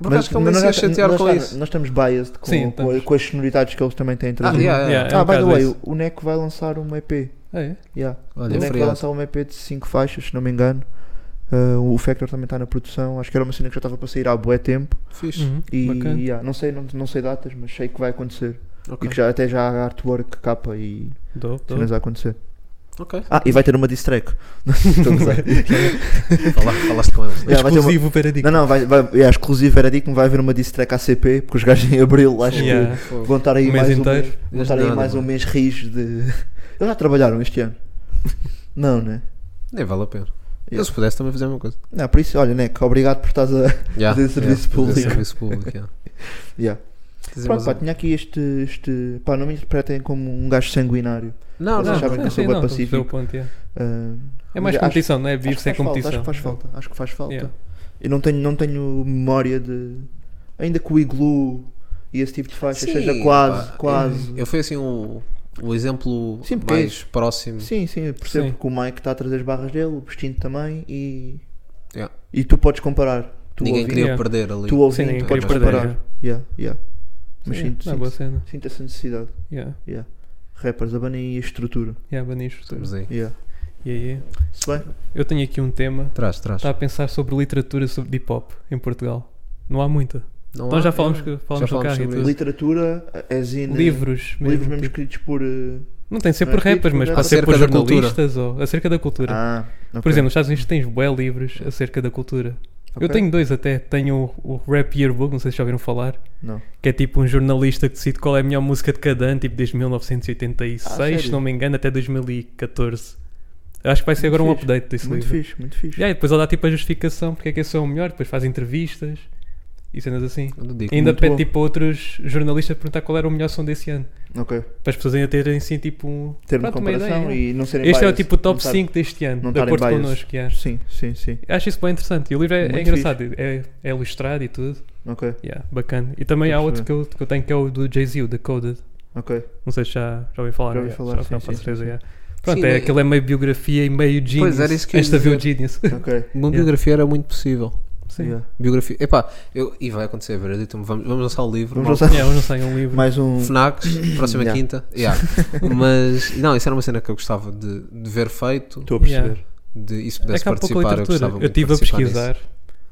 S6: Porque acho que ele nem se ia chatear
S5: nós,
S6: com
S5: estamos-
S6: isso.
S5: nós estamos biased com,
S7: Sim,
S5: com,
S7: estamos.
S5: com as sonoridades que eles também têm
S6: Ah,
S5: trazido.
S6: yeah, yeah.
S7: Yeah, é um
S5: Ah, by the
S7: bocado
S5: way,
S7: isso.
S5: o Neco vai lançar uma EP.
S7: Ah, é?
S5: Yeah.
S6: Olha,
S5: o Neco vai
S6: feriado.
S5: lançar uma EP de 5 faixas, se não me engano. Ah, o Factor também está na produção. Acho que era uma cena que já estava para sair há bué tempo.
S6: Fixe.
S7: Uhum,
S5: E
S7: bacana.
S5: yeah, não, sei, não, não sei datas, mas sei que vai acontecer.
S6: Ok.
S5: E que já, até já há artwork, capa e
S7: Dope, dope.
S5: cenas a acontecer.
S6: Ok.
S5: Ah, e vai ter uma diss track. (laughs) Estou a gozar.
S6: Fala- Falaste com eles. né?
S5: Yeah, vai ter uma-
S7: Exclusivo paradigma.
S5: Não, não, vai, vai, é exclusivo era que me vai haver uma diss track ACP, porque os gajos em abril acho
S7: Yeah.
S5: que vão estar aí
S7: O mês
S5: mais um
S7: inteiro.
S5: mês, vão estar aí
S6: Não,
S5: mais
S6: não.
S5: um mês rios de. (laughs) Eles já trabalharam este ano. (laughs) Não, né?
S6: Nem vale a pena. Eu
S5: Yeah.
S6: se pudesse também fazer a mesma coisa.
S5: Não, por isso, olha, Neco, obrigado por estás a. (laughs)
S6: Yeah,
S5: Fazer serviço
S6: fazer
S5: público.
S6: serviço público,
S5: (laughs)
S6: yeah.
S5: Yeah.
S6: Dizer
S5: Pronto,
S6: mais
S5: pá,
S6: um-
S5: tinha aqui este, este. Pá, não me interpretem como um gajo sanguinário.
S6: Não,
S5: Vocês
S6: não.
S5: sabem que eu sou
S7: sim,
S5: bem
S7: não, estamos a ver o
S5: pacífico.
S7: ponto, yeah.
S5: Ah,
S7: É
S5: mas
S7: mais
S5: acho-
S7: competição, não é?
S5: acho
S7: Vive
S5: que
S7: sem
S5: faz falta,
S7: competição.
S5: Acho que faz falta, acho que faz falta.
S7: Yeah.
S5: Eu não tenho, não tenho memória de. Ainda que o Iglu e esse tipo de faixas
S6: Sim,
S5: seja quase,
S6: pá,
S5: quase.
S6: Eu fui assim o, o exemplo
S5: Sim, porque é
S6: mais próximo.
S5: Sim, sim, eu percebo
S7: Sim.
S5: que o Mike está a trazer as barras dele, o Bestinho também e.
S6: Yeah.
S5: E tu podes comparar. Tu
S6: Ninguém
S5: ouvindo,
S6: queria
S7: Yeah.
S6: perder ali.
S5: tu
S7: Sim,
S5: ouvindo
S7: ninguém
S5: podes
S7: queria perder,
S5: comparar.
S7: yeah.
S5: Yeah, yeah. Mas
S7: Sim,
S5: sinto,
S7: não é boa
S5: sinto,
S7: cena.
S5: sinto essa necessidade.
S7: Yeah,
S5: Yeah. Rappers, abanem a estrutura.
S7: yeah, banijo.
S6: Estamos aí.
S5: Yeah.
S7: Yeah, yeah.
S5: Se bem?
S7: Eu tenho aqui um tema.
S6: Traz, traz.
S7: Está a pensar sobre literatura sobre hip hop em Portugal. Não há muita.
S6: Não
S7: Então
S6: há-
S7: já falamos,
S5: É.
S7: que, falamos
S6: Já
S7: do
S6: falamos
S7: carro e
S6: sobre
S7: tudo.
S6: isso.
S5: Literatura é zine.
S7: Livros mesmo.
S5: Livros mesmo
S7: tipo.
S5: escritos por. eh,
S7: Não tem de ser
S5: Não é
S7: por
S5: escrito,
S7: rappers, mas
S5: mas
S7: pode ser
S6: acerca
S7: por
S6: da cultura.
S7: jornalistas ou acerca da cultura.
S5: Ah,
S7: Por exemplo, nos Estados Unidos tens bué livros acerca da cultura. Eu tenho dois até. Tenho o, o Rap Yearbook, não sei se já ouviram falar.
S5: Não.
S7: Que é tipo um jornalista que decide qual é a melhor música de cada ano, tipo desde
S5: Ah,
S7: 1986,
S5: sério?
S7: se não me engano, até 2014. Eu acho que vai ser
S5: Muito
S7: agora um
S5: fixe.
S7: update desse
S5: Muito
S7: livro.
S5: fixe, muito fixe.
S7: E aí, depois ele dá tipo a justificação porque é que esse é o melhor, depois faz entrevistas e cenas assim.
S6: Eu não digo.
S7: E ainda
S5: muito
S7: pede
S5: bom.
S7: tipo a outros jornalistas perguntar qual era o melhor som desse ano.
S5: Ok.
S7: Para as pessoas ainda terem assim tipo um.
S5: Termo de
S7: pronto, uma
S5: comparação
S7: ideia.
S5: e não serem
S7: Este é o
S5: biased,
S7: tipo top né?
S5: não estar-
S7: 5 deste ano,
S5: não tá
S7: de
S5: estarem
S7: acordo
S5: biased.
S7: connosco. yeah.
S5: Sim, sim, sim.
S7: Acho isso bem interessante. E o livro é, é
S5: Muito
S7: engraçado, é, é ilustrado e tudo.
S5: Ok,
S7: Yeah, bacana. E também
S5: Estou
S7: há
S5: a
S7: outro que eu, que eu tenho que é o do Jay-Z, o Decoded. (laughs)
S5: ok.
S7: Não sei se já, já ouvi falar.
S5: Já ouvi
S7: yeah,
S5: falar, sim,
S7: não,
S5: sim,
S7: com
S5: sim,
S7: certeza,
S5: sim.
S7: yeah. Pronto,
S6: Sim,
S7: é,
S6: é-
S7: aquilo é meio biografia e meio genius.
S6: era isso que eu ia
S7: Esta viu o
S6: dizer.
S5: (laughs)
S7: genius.
S5: Ok.
S6: Uma
S7: Yeah.
S6: biografia era muito possível.
S7: Sim.
S5: Yeah.
S6: Biografia. Epá, eu... e vai acontecer, verdade? Vamos, vamos lançar o livro.
S5: Vamos
S6: malta.
S5: lançar
S7: Yeah, eu não sei, é um livro.
S5: mais um.
S6: Fnacs, próxima
S5: Yeah.
S6: quinta. Yeah.
S5: (laughs)
S6: Mas, não, isso era uma cena que eu gostava de, de ver feito.
S5: Estou a
S7: Yeah.
S5: perceber.
S6: De, e se
S7: É
S6: pudesse
S7: que há pouca
S6: participar, eu
S7: literatura.
S6: gostava
S7: Eu
S6: muito de
S7: estive a
S6: participar
S7: pesquisar.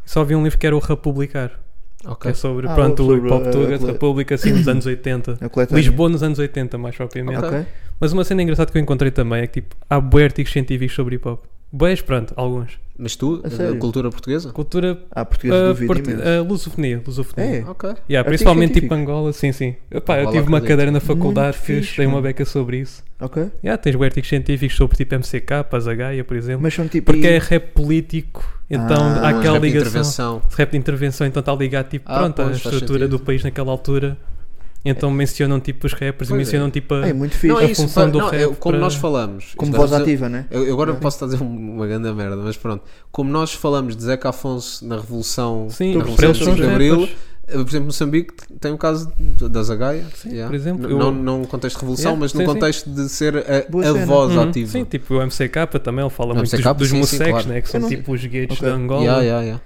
S7: Só vi um livro que era o Republicar.
S6: nisso.
S7: Que
S6: Ok.
S7: é sobre,
S5: Ah,
S7: pronto,
S5: sobre
S7: o hip hop
S5: a-
S7: tuga de
S5: a-
S7: República, assim, dos anos
S5: (coughs)
S7: 80.
S5: A coletânea.
S7: Lisboa nos anos 80, mais propriamente.
S5: Ok.
S7: Mas uma cena engraçada que eu encontrei também é que, tipo, há bué artigos científicos sobre hip hop. Boés, pronto, alguns.
S6: Mas tu,
S5: A
S6: a
S5: sério?
S6: cultura portuguesa?
S7: Cultura,
S5: Ah, português
S7: ah,
S5: duvido
S7: part-
S5: imenso.
S7: ah, lusofonia, lusofonia.
S5: É.
S6: Ok.
S7: Yeah,
S5: Artigo
S7: principalmente tipo
S5: científico.
S7: Angola, sim, sim. Epá, eu
S6: Angola,
S7: tive uma
S6: acredito.
S7: cadeira na faculdade
S5: Muito
S7: que
S5: fixe,
S7: estudei uma
S5: mano.
S7: beca sobre isso.
S5: Ok.
S7: Yeah, tens bué artigos científicos sobre tipo MCK, Pazagaia, por exemplo.
S5: Mas são tipo.
S7: Porque
S5: e-
S7: é rap político, então
S5: Ah,
S7: há
S6: Mas
S7: aquela
S6: rap de
S7: ligação.
S6: intervenção.
S7: de rap de intervenção, então está ligado tipo,
S6: Ah,
S7: pronto, à
S6: pois, faz
S7: estrutura
S6: sentido.
S7: do país naquela altura. Então mencionam tipo os rappers e
S6: Pois é.
S7: mencionam tipo a.
S5: É muito fixe.
S6: Não, é
S7: a
S6: isso.
S7: função
S6: pá,
S7: do
S6: não, é
S7: rap
S6: como
S7: para-
S6: nós falamos.
S5: Como
S6: Isto
S5: voz
S6: é-
S5: ativa, né?
S6: Eu, eu agora posso estar a dizer um, uma grande merda, mas pronto. Como nós falamos de Zeca Afonso na Revolução,
S7: Sim,
S6: na
S7: os
S6: Revolução
S7: presos
S6: de
S7: são
S6: 5
S7: os
S6: de Abril,
S7: rappers.
S6: eh, por exemplo, Moçambique tem o caso de- da Zagaia. yeah.
S7: por exemplo,
S6: N-
S7: eu-
S6: Não num contexto de revolução,
S7: Yeah,
S6: mas num
S7: sim, sim.
S6: contexto de ser
S5: Boa
S6: a, a
S5: cena.
S6: voz
S7: Uhum.
S6: ativa.
S7: Sim, tipo o MCK também, ele fala
S6: O
S7: muito
S6: MCK,
S7: dos, dos
S6: sim, sim,
S7: moceques,
S6: claro.
S7: né, que são
S5: Eu não-
S7: tipo os gays
S5: Ok.
S7: de Angola.
S6: Yeah, yeah, yeah.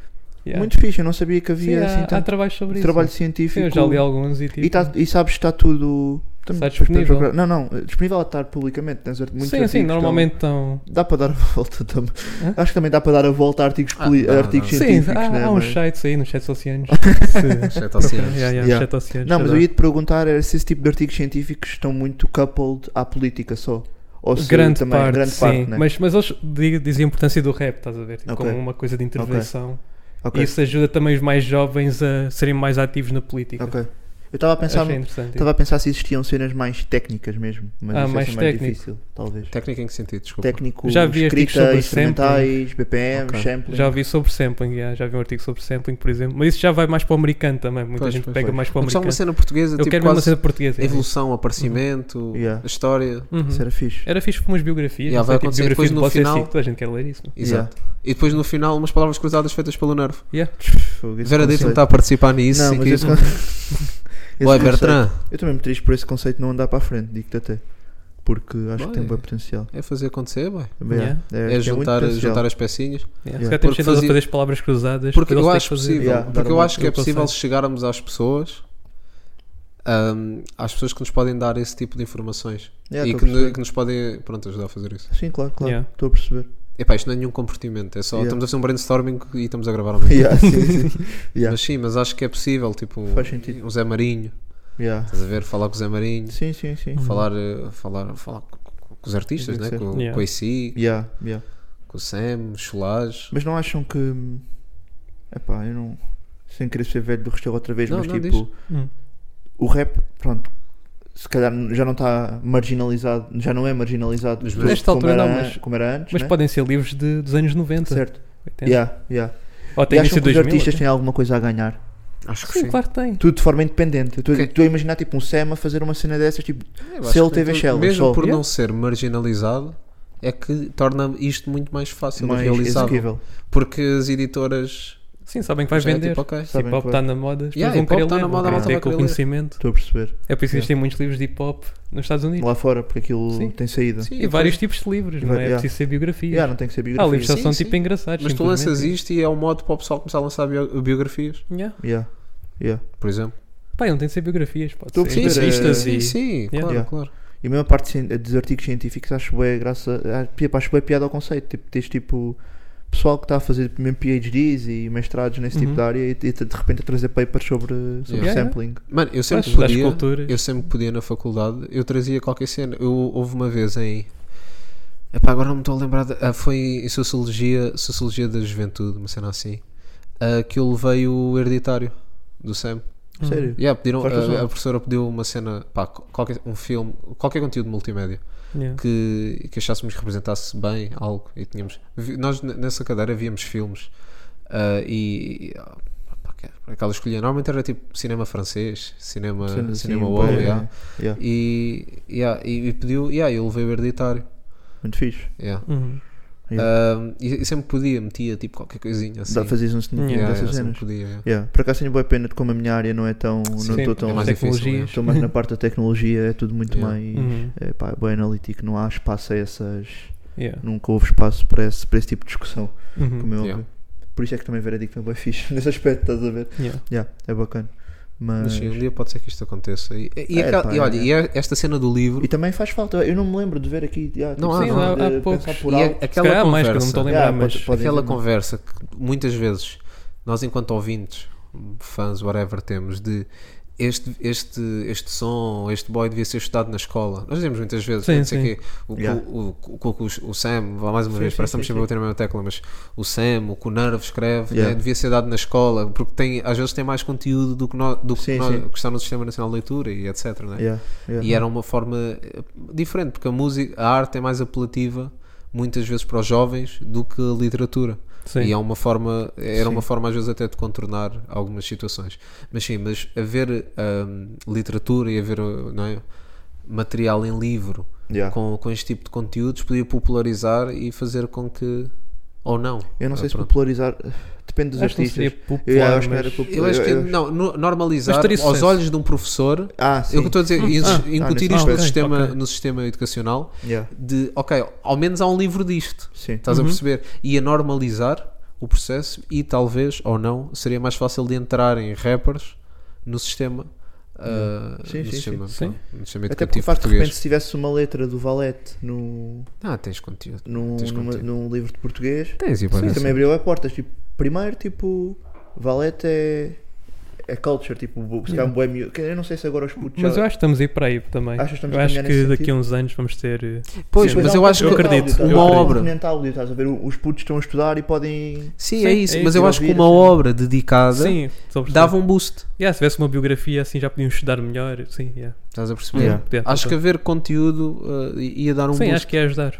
S7: Yeah.
S5: Muito fixe, eu não sabia que havia
S7: Sim, há-
S5: assim
S7: há,
S5: tanto
S7: trabalhos sobre isso.
S5: trabalho
S7: Sim,
S5: científico.
S7: eu já li alguns e tipo.
S5: E, tá- e sabes que está tudo. Tam-
S7: Está
S5: depois podemos
S7: disponível.
S5: procurar- Não, não, eh, disponível a estar publicamente. Tens art- muitos
S7: sim, sim,
S5: artigos,
S7: normalmente estão.
S5: então dá para dar a (laughs) volta também.
S7: Hã?
S5: Acho que também dá para dar a volta a artigos,
S6: Ah,
S5: poli-
S6: dá,
S5: artigos
S6: dá.
S7: Sim,
S5: científicos.
S7: há,
S5: né,
S7: há uns
S5: mas-
S7: sites aí nos chats oceanos.
S5: (laughs)
S7: Se-
S6: Exceto oceanos.
S7: (laughs) Yeah, yeah,
S5: Yeah.
S7: chat oceanos,
S5: Não, mas eu
S7: é verdade.
S5: ia te perguntar era se esse tipo de artigos científicos estão muito coupled à política só. Ou se
S7: grande
S5: também,
S7: parte,
S5: grande
S7: sim.
S5: parte, né?
S7: mas, mas eles di- dizem a importância do rap, estás a ver? Tipo,
S5: Ok.
S7: Como uma coisa de intervenção.
S5: Ok,
S7: E isso ajuda também os mais jovens a serem mais ativos na política.
S5: Tá ok. Eu estava a pensar,
S7: Achei interessante.
S5: estava a pensar se existiam cenas mais técnicas mesmo, mas
S7: Ah,
S5: isso
S7: mais
S5: é mais
S7: técnico. Tá,
S5: difícil, talvez.
S6: Técnica em que sentido? Desculpa.
S5: Técnico,
S7: Já vi artigos
S5: escrita,
S7: sobre
S5: instrumentais, BPM,
S6: Ok.
S5: sampling.
S7: Já vi sobre sampling, yeah, já vi um artigo sobre sampling, por exemplo. Mas isso já vai mais para o americano também. Muita
S6: Pois,
S7: gente
S6: pois,
S7: pega
S6: pois.
S7: mais para o
S6: Mas só
S7: americano.
S6: uma cena portuguesa,
S7: Eu
S6: tipo
S7: quero mesmo uma
S6: quase
S7: cena portuguesa. é isso.
S6: evolução, aparecimento,
S5: Yeah.
S6: a história.
S7: Uhum.
S5: Isso era fixe.
S7: Era fixe para umas biografias.
S6: Yeah,
S7: não sei,
S6: vai
S7: tipo,
S6: acontecer
S7: biografias
S6: depois
S7: de
S6: no
S7: Bob Seger,
S6: final.
S7: Toda a gente quer ler isso. mano.
S6: Exato. E depois no final umas palavras cruzadas feitas pelo Nervo.
S7: Yeah.
S5: Fogo, esse
S6: Vera Dayton
S5: é conceito.
S6: está a participar nisso.
S5: Não,
S6: e
S5: mas
S6: um que-
S5: esse con-
S6: (laughs)
S5: esse é
S6: Oi,
S5: conceito-
S6: Bertrand.
S5: Eu também me triste por esse conceito não andar para a frente, digo-te até. Porque acho que tem
S6: Bem.
S5: um bom potencial.
S6: É fazer acontecer, boy.
S5: Bem,
S7: Yeah.
S5: tem
S6: É
S5: muito
S6: juntar,
S5: potencial.
S6: juntar as pecinhas.
S7: Yeah.
S5: Yeah.
S7: Se calhar temos
S6: Porque
S7: cenas
S6: fazia-
S7: a fazer as palavras cruzadas.
S6: Porque
S7: depois
S6: eu
S7: eles têm
S6: acho
S7: que fazer-
S6: possível.
S5: Yeah, dar
S6: porque eu
S5: uma-
S6: acho que é
S7: eu conceito.
S6: possível chegarmos às pessoas. ahm, às pessoas que nos podem dar esse tipo de informações
S5: Yeah,
S6: e
S5: estou
S6: que,
S5: a perceber.
S6: ne- que nos podem pronto, ajudar a fazer isso.
S5: Sim, claro, claro.
S7: Yeah.
S5: Estou a perceber. (laughs)
S6: Epá, isto não é nenhum comportamento, é só
S5: Yeah.
S6: estamos a fazer um brainstorming e estamos a gravar
S5: (laughs)
S6: ao mesmo tempo.
S5: Yeah,
S6: (laughs)
S5: sim, sim. Yeah.
S6: Mas sim, mas acho que é possível, tipo,
S5: Faz sentido.
S6: um Zé Marinho,
S5: Yeah.
S6: estás a ver? Falar com o Zé Marinho,
S5: Sim, sim, sim.
S6: falar, eh, falar, falar com, com- com os artistas,
S5: Uhum.
S6: né?
S5: Tem que
S6: com,
S7: ser. Yeah.
S6: com o AC,
S5: Yeah, yeah.
S6: com o Sam, o Cholage.
S5: Mas não acham que. hum, Epá, eu não. Sem querer ser velho do restelo outra vez,
S6: Não,
S5: mas
S6: não,
S5: tipo.
S7: Hum.
S5: O rap, pronto. Se calhar já não está marginalizado. Já não é marginalizado.
S6: Mas
S5: tudo
S7: nesta
S5: como
S7: altura
S5: era
S7: não,
S5: an-
S7: mas-
S5: como era antes.
S7: Mas
S5: né?
S7: podem ser livros de, dos anos 90.
S5: Certo.
S7: 80.
S5: Yeah, yeah.
S7: Ou até
S5: E
S7: início
S5: acham que
S7: de
S5: os
S7: 2000.
S5: artistas
S7: até.
S5: têm alguma coisa a ganhar?
S6: Acho que
S7: Sim, claro que tem.
S5: Tudo de forma independente. Eu Estou
S6: Que-
S5: estou a imaginar tipo um Sam a fazer uma cena dessas, tipo.
S6: Eu
S5: Se
S6: acho
S5: ele
S6: que
S5: teve
S6: então,
S5: Shell,
S6: Mesmo
S5: só.
S6: por
S7: Yeah.
S6: não ser marginalizado, é que torna isto muito mais fácil de
S5: mais
S6: realizar.
S5: execuível.
S6: Porque as editoras
S7: Sim, sabem que vai
S6: já é
S7: vender.
S6: tipo, ok.
S5: Sabem
S7: hip hop
S5: que
S7: está
S5: vai-
S7: na moda, as
S6: Yeah,
S7: pessoas
S6: hip
S7: vão
S6: hop
S7: querer
S6: tá
S7: ler,
S6: na
S7: vão
S6: moda, a
S7: querer
S6: malta
S7: ter
S6: vai
S7: com o
S6: querer ler.
S7: conhecimento.
S5: Estou a
S7: É
S5: perceber.
S7: por isso que
S5: Yeah.
S7: existem muitos livros de hip hop nos Estados Unidos.
S5: Lá fora, porque aquilo
S7: Sim. Ah,
S5: tem saída.
S6: Sim,
S7: E vários tipos de livros, não é?
S5: Yeah.
S7: É preciso ser biografias.
S5: Yeah, não tem que ser
S7: Há
S5: biografia.
S7: livros que só
S6: Sim,
S7: são
S6: sim.
S7: tipo engraçados.
S6: Mas tu lanças
S7: simplesmente.
S6: isto e é um modo para o pessoal começar a lançar bio- biografias,
S7: Yeah.
S5: Yeah. Yeah.
S6: por exemplo.
S7: Pá, não tem de ser biografias, pode
S5: Tu
S7: ser
S5: Sim, sim,
S7: entrevistas
S6: sim,
S7: e...
S6: sim, claro,
S5: Yeah.
S6: claro.
S5: E a maior parte cien- dos artigos científicos acho bem graça. a- Acho bem piada ao conceito. Tipo, tens tipo. Pessoal que está a fazer tipo, mesmo PhDs e mestrados nesse tipo
S7: Uhum.
S5: de área e, e de repente a trazer papers sobre, sobre
S7: Yeah.
S5: sampling.
S6: Mano, eu sempre
S7: Acho que das
S6: podia,
S7: culturas.
S6: eu sempre podia na faculdade, eu trazia qualquer cena. Eu, houve uma vez em. Epá, agora não me estou a lembrar. de- ah, foi em Sociologia, Sociologia da Juventude, uma cena assim, ah, que eu levei o hereditário do Sam.
S5: Sério?
S6: Yeah, pediram, ah,
S5: Faz razão.
S6: a, a professora pediu uma cena, pá, co- qualquer, um filme, qualquer conteúdo multimédia
S7: Yeah.
S6: que, que achássemos que representasse bem algo e tínhamos. vi- Nós n- nessa cadeira víamos filmes ah, e. e, ah, pá, que- Aquela escolha normalmente era tipo cinema francês, cinema,
S5: Sendo assim,
S6: Uhum. cinema
S5: bem-
S6: wow,
S5: yeah,
S6: yeah.
S5: yeah.
S6: E, yeah, e, e pediu, yeah, eu levei o hereditário.
S5: Muito fixe.
S6: yeah.
S7: Uhum.
S6: Ah, e, e sempre podia, metia tipo qualquer coisinha assim.
S5: Dá a fazer um sneak
S7: Yeah,
S5: yeah,
S6: Yeah, assim,
S5: dessas
S6: yeah, sempre
S5: cenas.
S6: podia, yeah.
S5: Yeah. Por acaso tenho boa pena de como a minha área não é tão. não
S7: Sim,
S5: estou
S6: é
S5: tão. (laughs)
S6: mais difícil,
S7: tecnologias.
S5: Estou mais na parte da tecnologia, é tudo muito
S6: Yeah.
S5: mais.
S7: Uhum.
S5: É, pá, é bem analítico, não há espaço a essas.
S7: Yeah.
S5: Nunca houve espaço para esse, para esse tipo de discussão,
S7: Uhum.
S5: como é óbvio.
S6: Hum, Yeah.
S5: Por isso é que também Veredicto é bem fixe (laughs) nesse aspecto, estás a ver?
S7: Yeah.
S5: Yeah, é bacana.
S6: Mas
S5: Mas.
S6: sim, um dia pode ser que isto aconteça. E, e,
S5: Hum. É,
S6: aquela-
S5: pá,
S6: e olha,
S5: é.
S6: e a- esta cena do livro.
S5: E também faz falta, eu não me lembro de ver aqui. Yeah,
S6: é Não há,
S5: tipo,
S6: não
S5: de-
S7: há.
S5: de
S7: Há
S5: pensar
S7: poucos. é
S5: por
S6: E
S5: algo.
S6: a-
S7: Se
S6: é aquela
S7: calhar há mais, que eu
S6: conversa,
S7: não me estou a lembrar,
S5: Yeah,
S7: mas...
S5: Ah, pode- pode
S6: aquela
S5: dizer, não.
S6: conversa que muitas vezes nós, enquanto ouvintes, fãs, whatever, temos de este, este, este som, este boy devia ser estudado na escola. Nós dizemos muitas vezes,
S7: Sim,
S6: não sei
S7: sim.
S6: quê, o,
S5: Yeah.
S6: o, o, o, o, o Sam, vá mais uma vez, parece que estamos sempre a bater na mesma tecla, mas o Sam, o que o Nerve escreve,
S5: Yeah.
S6: né, devia ser dado na escola, porque tem, às vezes tem mais conteúdo do que, no, do que,
S5: Sim,
S6: nós-
S5: sim.
S6: que está no Sistema Nacional de Leitura e etc. Né?
S5: Yeah, yeah.
S6: E era uma forma eh, diferente, porque a música, a arte é mais apelativa muitas vezes para os jovens do que a literatura.
S7: Sim.
S6: E é uma forma, era uma forma às vezes até de contornar algumas situações. Mas sim, mas haver ahm, literatura e haver ah, não é, material em livro
S5: Yeah.
S6: um com, com este tipo de conteúdos podia popularizar e fazer com que ou não.
S5: Eu não
S6: Ah,
S5: sei se
S6: pronto.
S5: popularizar. (laughs) Depende dos
S7: Acho que não
S5: artistas.
S7: seria
S5: Eu
S7: popular,
S5: acho que não era
S7: mas-
S5: popular.
S6: Eu acho que
S5: eu-
S6: não, no- normalizar
S7: Mas teria
S6: aos
S7: sucesso.
S6: olhos de um professor
S5: Ah,
S6: eu
S5: sim.
S6: que estou a dizer,
S7: Ah,
S6: incutir
S5: ah,
S6: isto no,
S5: ok,
S6: sistema,
S7: ok.
S6: no sistema educacional
S5: Yeah,
S6: de ok, ao menos há um livro disto.
S5: sim.
S6: Estás a perceber? E a normalizar o processo e talvez, ou não, seria mais fácil de entrarem rappers no sistema. ah,
S5: Sim,
S6: no
S5: sim,
S6: sistema,
S7: sim.
S6: pá, no sistema
S5: Até porque
S6: educativo
S5: faz de
S6: português.
S5: repente se tivesse uma letra do Valete no,
S6: Ah, tens conteúdo.
S5: num,
S6: Tens
S5: numa-
S6: conteúdo.
S5: num livro de português,
S6: Tens, e
S5: Sim,
S6: parece-
S5: também abriu as portas. Tipo, primeiro, tipo, Valete é, é culture, tipo, bu- se calhar um boêmio. que Eu não sei se agora os putos
S7: Mas
S5: já-
S7: eu acho que estamos a ir para aí também.
S5: Achas que estamos
S7: eu
S5: a
S7: acho
S5: caminhar
S7: que
S5: nesse
S7: daqui a
S5: sentido?
S7: uns anos vamos ter. eh,
S6: Pois,
S7: Sim,
S5: Depois
S6: mas
S5: há
S6: eu
S5: um
S6: acho que
S7: componente
S5: componente
S7: acredito,
S5: áudio,
S7: eu
S6: uma
S5: estás a ver?
S6: obra.
S5: Um componente áudio, estás a ver? Os putos estão a estudar e podem.
S6: Sim,
S7: Sim,
S6: é isso,
S7: é
S6: mas
S7: isso,
S6: eu
S5: eu
S6: acho que
S5: ouvir,
S6: uma
S5: assim.
S6: obra dedicada
S7: Sim, estou a perceber.
S6: dava um boost.
S7: Yeah, se tivesse uma biografia assim já podiam estudar melhor. Sim, yeah.
S6: Estás a perceber?
S5: Yeah.
S7: Yeah,
S6: Acho que
S7: total.
S6: haver conteúdo uh, ia dar um
S7: Sim,
S6: boost.
S7: acho que ia ajudar.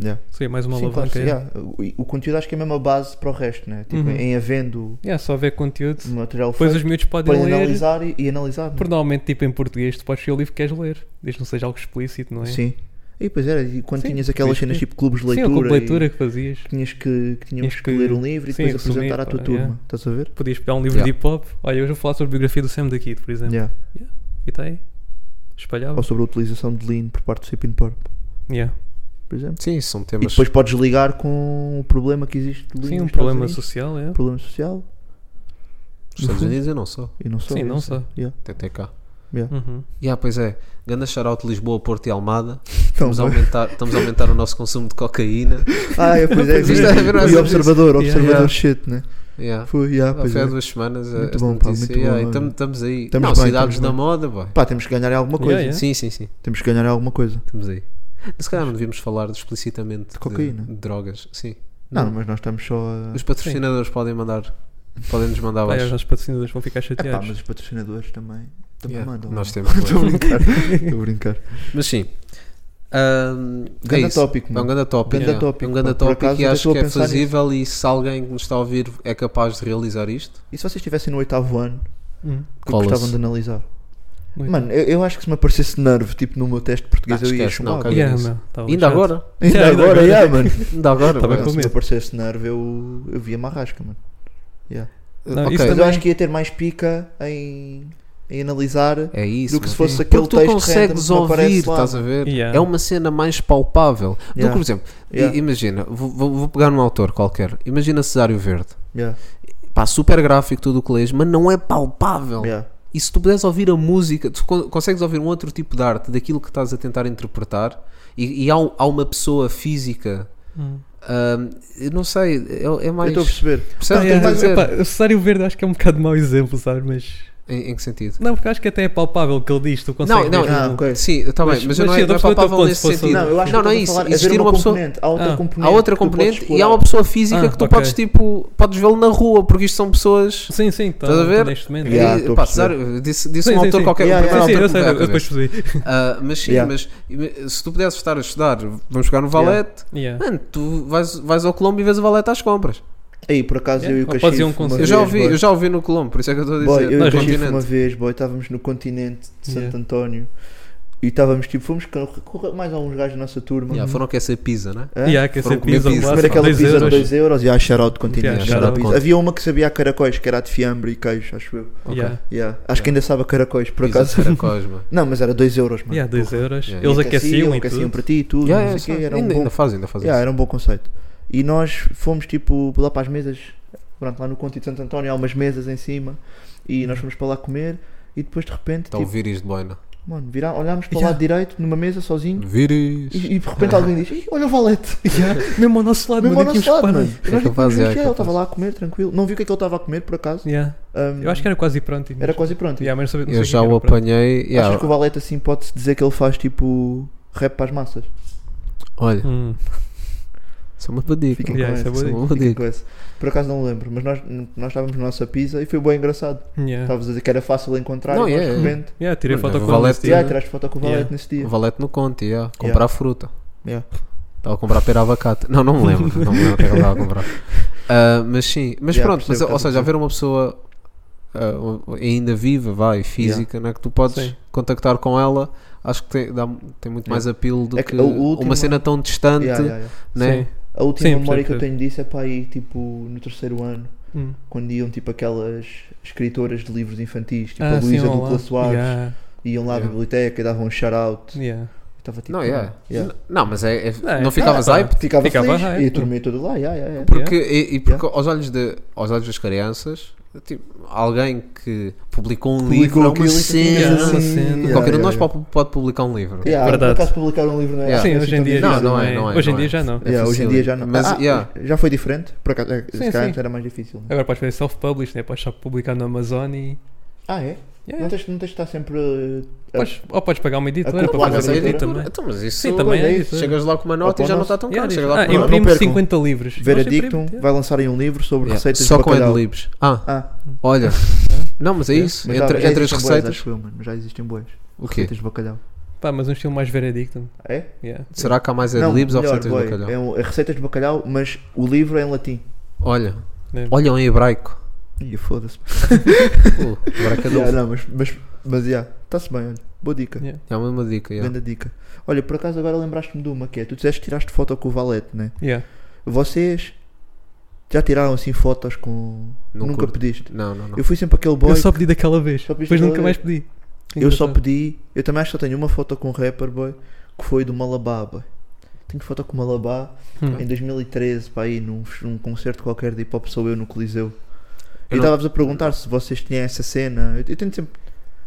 S5: Yeah.
S7: Seria mais É uma
S5: Sim, claro,
S7: alavanca.
S5: sim,
S7: yeah.
S5: yeah. o, o conteúdo acho que é mesmo a base para o resto, né? Tipo,
S7: Uhum.
S5: em havendo
S7: Yeah, só ver conteúdo.
S5: um material
S7: Depois os
S5: feito,
S7: miúdos podem
S5: podem
S7: ler.
S5: analisar e, e analisar. né?
S7: Porque normalmente, tipo em português, tu podes escolher o livro que queres ler. Desde que não seja algo explícito, não é?
S5: Sim. E pois era, e quando
S7: Sim,
S5: tinhas aquelas
S7: sim,
S5: cenas
S7: sim.
S5: tipo clubes de
S7: Sim,
S5: leitura,
S7: o clube de
S5: e
S7: leitura que fazias.
S5: tinhas que, que tínhamos
S7: Tinhas
S5: que,
S7: que-
S5: ler um livro e
S7: sim,
S5: depois
S7: resumir,
S5: apresentar à tua
S7: pá,
S5: turma.
S7: yeah.
S5: Estás a ver?
S7: Podias pegar um livro
S6: Yeah.
S7: de hip hop. Olha, hoje vou falar sobre a biografia do Sam da Kid, por exemplo.
S5: Yeah.
S7: E está aí. Espalhava.
S5: Ou sobre a utilização de lean por parte do Cipin Purp,
S7: Yeah.
S5: por exemplo.
S6: Sim, são
S5: E
S6: temas.
S5: depois podes ligar com o problema que existe de lean.
S7: Sim,
S5: nos
S7: um
S5: Estados
S7: problema
S5: Unidos, Um
S7: social, é.
S5: problema social
S6: Nos Estados Unidos eu não sou.
S5: e não só.
S7: Sim, não
S5: isso,
S7: só.
S5: yeah.
S6: Até até cá.
S7: Uhum.
S6: Yeah, pois é. Ganda shoutout Lisboa, Porto e Almada.
S5: Então,
S6: Estamos a, aumentar, estamos a aumentar o nosso consumo de cocaína.
S5: (laughs) ah, é, pois é,
S6: Pois isto é verdade.
S5: e observador,
S7: Yeah,
S5: observador
S6: yeah.
S5: shit, né?
S6: Yeah.
S5: Foi, yeah,
S6: Ah,
S5: pois
S6: Foi há
S5: é.
S6: duas semanas a-
S5: Muito
S6: essa
S5: bom, pá,
S6: notícia.
S5: muito
S6: Yeah,
S5: bom,
S6: e tam- Estamos aí.
S5: Estamos
S6: não,
S5: bem,
S6: cidades da
S5: estamos bem.
S6: moda, boy.
S5: Pá, temos que ganhar alguma coisa.
S7: Yeah, yeah.
S6: Sim, sim, sim.
S5: Temos que ganhar alguma coisa.
S6: Estamos aí. Se calhar não devíamos falar explicitamente de,
S5: cocaína.
S6: de drogas. Sim.
S5: Não, mas nós estamos só a.
S6: Os patrocinadores podem mandar. Podem nos mandar
S7: Pá, Ah, é, os
S6: abaixo.
S7: nossos patrocinadores vão ficar
S5: É pá,
S7: chateados.
S5: Tá mas os patrocinadores também. Também
S6: Yeah,
S5: mandam. Então-
S6: Nós
S5: não?
S6: temos. boy.
S5: Estou a brincar. (laughs) Estou a brincar.
S6: Mas sim. Ahm,
S5: Ganda
S6: é isso.
S5: tópico,
S6: É um
S5: mano.
S6: ganda tópico.
S5: Ganda
S6: é.
S5: tópico,
S6: É um ganda
S5: pá. Por
S6: tópico
S5: acaso,
S6: e
S5: eu
S6: acho
S5: estou
S6: que
S5: a
S6: é
S5: pensar nisso.
S6: fazível e se alguém que nos está a ouvir é capaz de realizar isto.
S5: E se vocês estivessem no oitavo ano,
S7: Hum.
S5: o que
S6: Cola-se.
S5: gostavam de analisar?
S7: Muito
S5: Mano, eu, eu acho que se me aparecesse nervo, tipo no meu teste de português,
S6: Ah,
S5: eu ia
S6: esquece, não,
S5: chumar.
S6: caga.
S7: Yeah,
S6: nisso.
S7: meu, tá
S6: Ainda
S7: chato.
S6: agora?
S5: é Ainda
S7: Yeah, ainda
S5: agora,
S7: agora.
S5: yeah, mano.
S6: Ainda agora?
S7: Tá bem
S6: mano.
S5: Mano, se me
S7: medo.
S5: aparecesse nervo, eu, eu via marrasca, mano.
S7: Não,
S6: Ok.
S7: isso
S5: Mas
S7: também-
S5: eu acho que ia ter mais pica em, em analisar.
S6: É isso.
S5: Do que se
S6: mano.
S5: fosse aquele
S6: Porque tu
S5: texto random
S6: consegues
S5: que me aparece
S6: ouvir,
S5: lá,
S6: estás a ver?
S7: Yeah.
S6: É uma cena mais palpável. Do que,
S5: Yeah.
S6: por exemplo, i-
S5: Yeah.
S6: imagina, vou, vou- vou pegar um autor qualquer. Imagina Cesário Verde.
S5: Yeah,
S6: Pá, super gráfico tudo o que lês, mas não é palpável.
S5: yeah.
S6: E se tu puderes ouvir a música, tu con- consegues ouvir um outro tipo de arte daquilo que estás a tentar interpretar, e, e há, um- há uma pessoa física.
S7: Hum.
S6: hum, eu não sei, é, é
S5: Eu
S6: mais.
S5: estou a é, perceber.
S6: Percebes o que eu
S7: Yeah,
S6: estou a dizer?
S7: É, epá, o Cesário Verde acho que é um bocado mau exemplo, sabe? Mas.
S6: Em, em que sentido?
S7: Não, porque acho que até é palpável o que ele diz, tu
S6: Não,
S7: consegues.
S6: não,
S7: ver.
S5: Ah, ok.
S6: Sim, está bem,
S7: Mas-
S6: mas, eu não é,
S7: mas sim,
S6: não é
S7: eu estou a perceber o teu
S6: palpável
S7: ponto,
S6: nesse
S7: se fosse-
S6: sentido.
S5: Não, eu acho
S6: não,
S5: que
S6: não é
S5: estás a
S6: isso.
S5: falar- haver
S6: Existir
S5: uma
S6: uma pessoa.
S5: componente, Há outra
S7: Ah.
S5: componente.
S6: Há outra
S5: que tu podes
S6: componente e
S5: explorar.
S6: há uma pessoa física
S7: Ah,
S6: que tu
S7: ok.
S6: podes, tipo, podes vê-lo na rua, porque isto são pessoas.
S7: Sim, sim, tá,
S6: Estás a ver?
S7: tá neste momento.
S5: Yeah,
S6: E,
S5: estou a
S6: pá,
S5: perceber.
S6: Cesário, disse, disse
S7: Sim,
S6: um
S7: sim,
S6: autor
S7: sim.
S6: qualquer. o
S5: Yeah,
S6: primeiro
S7: Sim, sim,
S6: autor que
S7: eu sei,
S6: me veio à
S7: eu depois
S6: cabeça.
S7: percebi.
S6: Ah, mas sim,
S5: Yeah.
S6: mas ima- se tu pudesses estar a estudar, vamos jogar no Valete,
S7: Yeah.
S6: mano, tu vais, vais ao Colombo e vês o Valete às compras.
S5: Aí, por acaso,
S7: Yeah.
S5: eu e o
S7: Ou podes ir
S5: Cachifo.
S7: a um
S5: uma
S7: concerto.
S6: Eu já
S5: vez,
S6: ouvi,
S5: boy.
S6: eu já ouvi no Colombo, por isso é que eu estou a
S5: Boy,
S6: dizer.
S5: eu
S7: Nós
S5: e o
S7: vamos-
S5: Cachifo uma
S6: continente.
S5: vez, boy, estávamos no continente de
S7: Yeah.
S5: Santo António e estávamos tipo, fomos com com mais alguns gajos da nossa turma. É?
S6: Yeah, foram que essa pizza, né?
S5: Hã?
S7: E há que
S6: Foram
S7: ser
S6: comer
S7: pizza
S6: pizza.
S7: lá,
S5: Comer
S6: Passa,
S5: aquela
S7: dois
S5: pizza de
S7: euros. é
S5: 2 euros e ah, shout out continente.
S7: Yeah,
S5: shout
S7: shout
S5: out
S7: out.
S5: pizza. Havia uma que sabia a caracóis, que era a de fiambre e queijo, acho eu.
S7: Yeah.
S5: Yeah. Acho que ainda sabe a caracóis, por
S6: Pizza de
S5: acaso.
S6: Caracóis, mano.
S5: (laughs) Não, mas era 2 euros, mano.
S7: Yeah, 2 euros.
S6: Yeah.
S7: Eles
S5: E
S7: aqueciam e
S5: aqueciam
S7: tudo.
S5: para ti e tudo,
S6: Yeah,
S5: não
S6: yeah,
S5: sei o
S6: sabe?
S5: quê, era um
S6: ainda,
S5: bom
S6: ainda fazem, ainda fazem.
S5: Yeah,
S6: isso.
S5: era um bom conceito. E nós fomos tipo lá para as mesas, pronto, lá no Conto de Santo António há umas mesas em cima e nós fomos para lá comer e depois de repente,
S6: Está a
S5: tipo,
S6: ouvir isto de boina.
S5: mano, virá, olhámos para o
S7: Tá Yeah.
S5: lado direito numa mesa sozinho
S6: Vires.
S5: e, e de repente alguém diz: "Ih, Olha
S7: (laughs)
S5: o valete!
S7: Mesmo ao nosso lado,
S5: Mesmo ao
S7: mano, aqui uns
S5: nosso lado, mano.
S7: panos.
S5: E nós não
S6: capaz,
S5: vimos o que
S6: é,
S5: é, ele
S6: capaz.
S5: estava lá a comer tranquilo. Não vi o que é que ele estava a comer por acaso.
S7: Yeah.
S5: Ahm,
S7: Eu acho que era quase pronto.
S5: era quase pronto.
S7: Yeah, mas não sabia- não
S6: Eu
S7: sei
S6: já
S5: é
S7: quem
S6: o
S7: era pronto.
S6: apanhei. yeah,
S5: Achas que o valete assim pode-se dizer que ele faz tipo rap para as massas?
S6: Olha,
S7: Hum.
S5: Hum.
S6: sou uma Um bandica.
S5: Fiquem
S7: Yeah,
S5: com
S7: isso é
S5: essa.
S7: boa
S6: Sou
S7: dica.
S6: uma
S5: Fiquem
S6: bandica.
S5: com essa. Por acaso não lembro, mas nós, nós estávamos na nossa pizza e foi bem engraçado.
S7: Yeah.
S5: Estavas a dizer que era fácil encontrar
S6: Não,
S5: e nós
S6: é, é.
S5: de repente.
S7: Yeah, tirei
S6: Mano,
S7: foto
S6: o
S7: com ele.
S6: Valete-
S7: nesse
S5: Yeah,
S7: dia.
S5: tiraste foto com o Valete
S7: Yeah.
S5: nesse dia.
S6: Valete no Conte, yeah. comprar fruta.
S5: Yeah.
S6: Estava a comprar pera abacate. Não, não me
S5: (laughs)
S6: lembro. não me lembro o que é que eu estava a comprar. Ah, mas sim, mas
S5: Yeah,
S6: pronto, mas,
S5: percebo o que
S6: ou
S5: estás
S6: seja,
S5: a dizer.
S6: haver uma pessoa ah, ainda viva, vai, física, né, que tu podes
S7: Sim.
S6: contactar com ela, acho que tem, dá- tem muito mais apelo do
S5: É
S6: que,
S5: que a última-
S6: uma cena tão distante,
S5: Yeah, yeah, yeah.
S6: né?
S7: Sim.
S5: A última
S7: Sim,
S5: memória que eu
S7: percebo,
S5: tenho disso é para aí tipo no terceiro ano,
S7: Hum.
S5: quando iam tipo aquelas escritoras de livros infantis, tipo
S7: Ah,
S5: a
S7: sim,
S5: Luísa
S7: olá.
S5: Ducla Soares,
S7: Yeah.
S5: iam lá à
S6: Yeah.
S5: biblioteca e davam um shout-out.
S7: Yeah.
S5: Estava tipo.
S6: Não, yeah.
S5: Yeah.
S6: N- Não, mas é, é-
S7: É.
S6: não ficavas
S5: Ah, pá,
S6: hype
S5: Ficava,
S7: Ficava
S5: feliz
S7: hype.
S5: e a turma ia toda lá. Yeah, yeah, yeah.
S6: porque, e, e porque aos, olhos de, aos olhos das crianças, tipo, alguém que publicou um livro, é uma
S5: aquilo e
S6: cena.
S5: aquilo,
S7: yeah,
S5: assim,
S7: cena.
S5: yeah,
S6: Qualquer um de
S5: yeah,
S6: nós
S5: yeah.
S6: pode, pode publicar um livro.
S5: Yeah, por
S7: Verdade.
S5: acaso publicar um livro não é?
S6: Yeah.
S5: assim
S7: Sim, hoje em
S5: tão
S7: dia
S5: difícil.
S7: já
S6: Não, não
S7: não
S6: é,
S7: é.
S6: não é,
S7: Hoje em
S6: não
S7: dia
S6: é.
S7: já não.
S6: É
S5: Yeah, hoje em dia
S6: facílimo.
S5: já não.
S6: Mas,
S5: Ah,
S6: yeah.
S5: Já foi diferente, por acaso. é, Se
S7: Sim,
S5: calhar
S7: sim.
S5: antes era mais difícil. né?
S7: Agora podes fazer self-publish, né? podes só publicar no Amazon e.
S5: Ah, é?
S7: Yeah, yeah.
S5: Não tens, não tens de estar sempre. uh, a-
S7: Podes- ou podes pagar uma editora para
S5: Acoplar
S7: fazer
S5: a
S7: o
S5: editora.
S7: teu também.
S6: Então, mas isso
S7: Sim, também é
S5: Olha,
S7: isso.
S6: Chegas lá com uma nota
S5: Opa,
S6: e já não
S5: nossa.
S6: está tão
S7: Yeah,
S6: caro.
S7: diz,
S6: Chegas lá
S7: ah,
S6: com uma nota.
S5: imprim-
S7: imprime
S5: percam.
S7: 50 livros.
S5: Veredictum
S7: Eles imprimem,
S5: vai lançar aí um livro sobre
S6: Yeah.
S5: receitas
S6: Só
S5: de
S6: com
S5: bacalhau.
S6: Adlibs. Ah,
S5: Ah,
S6: olha. Não, mas é isso.
S5: mas
S6: Entre,
S5: já, já
S6: entre as
S5: existem boas,
S6: receitas.
S5: acho eu, mano, Já existem boas.
S6: O quê?
S5: Receitas de bacalhau.
S7: é. Pá, mas um estilo mais veredictum.
S5: É?
S7: Yeah.
S6: Será que há mais
S5: Não,
S6: adlibs ou
S5: melhor,
S6: receitas de
S5: boy,
S6: bacalhau?
S5: É, um- é receitas de bacalhau, mas o livro é em latim.
S6: Olha,
S7: É.
S6: olha em
S5: (laughs)
S6: hebraico.
S5: Ih, foda-se.
S6: Uh, hebraico é
S5: Yeah,
S6: novo.
S5: não, mas, mas, mas yeah, está-se bem, olha. Boa dica.
S7: Yeah.
S6: É a mesma dica. yeah.
S5: Grande dica. Olha, por acaso agora lembraste-me de uma que é, tu disseste que tiraste foto com o Valete, né?
S7: Yeah.
S5: Vocês já tiraram assim fotos com.
S6: Não
S5: nunca
S6: curto.
S5: pediste.
S6: Não, não, não.
S5: Eu fui sempre aquele boy.
S7: Eu só pedi daquela vez,
S5: Só pediste
S7: depois nunca
S5: daquela
S7: mais pedi. tá?
S5: que eu só
S7: Engraçado.
S5: pedi. Eu também acho que só tenho uma foto com um rapper boy que foi do Malabá, boy. Tenho foto com o Malabá
S7: Hum.
S5: em 2013, pá, aí num, num concerto qualquer de hip hop sou eu no Coliseu.
S6: Eu não-
S5: Eu estava-vos a perguntar se vocês tinham essa cena. Eu, eu tento sempre,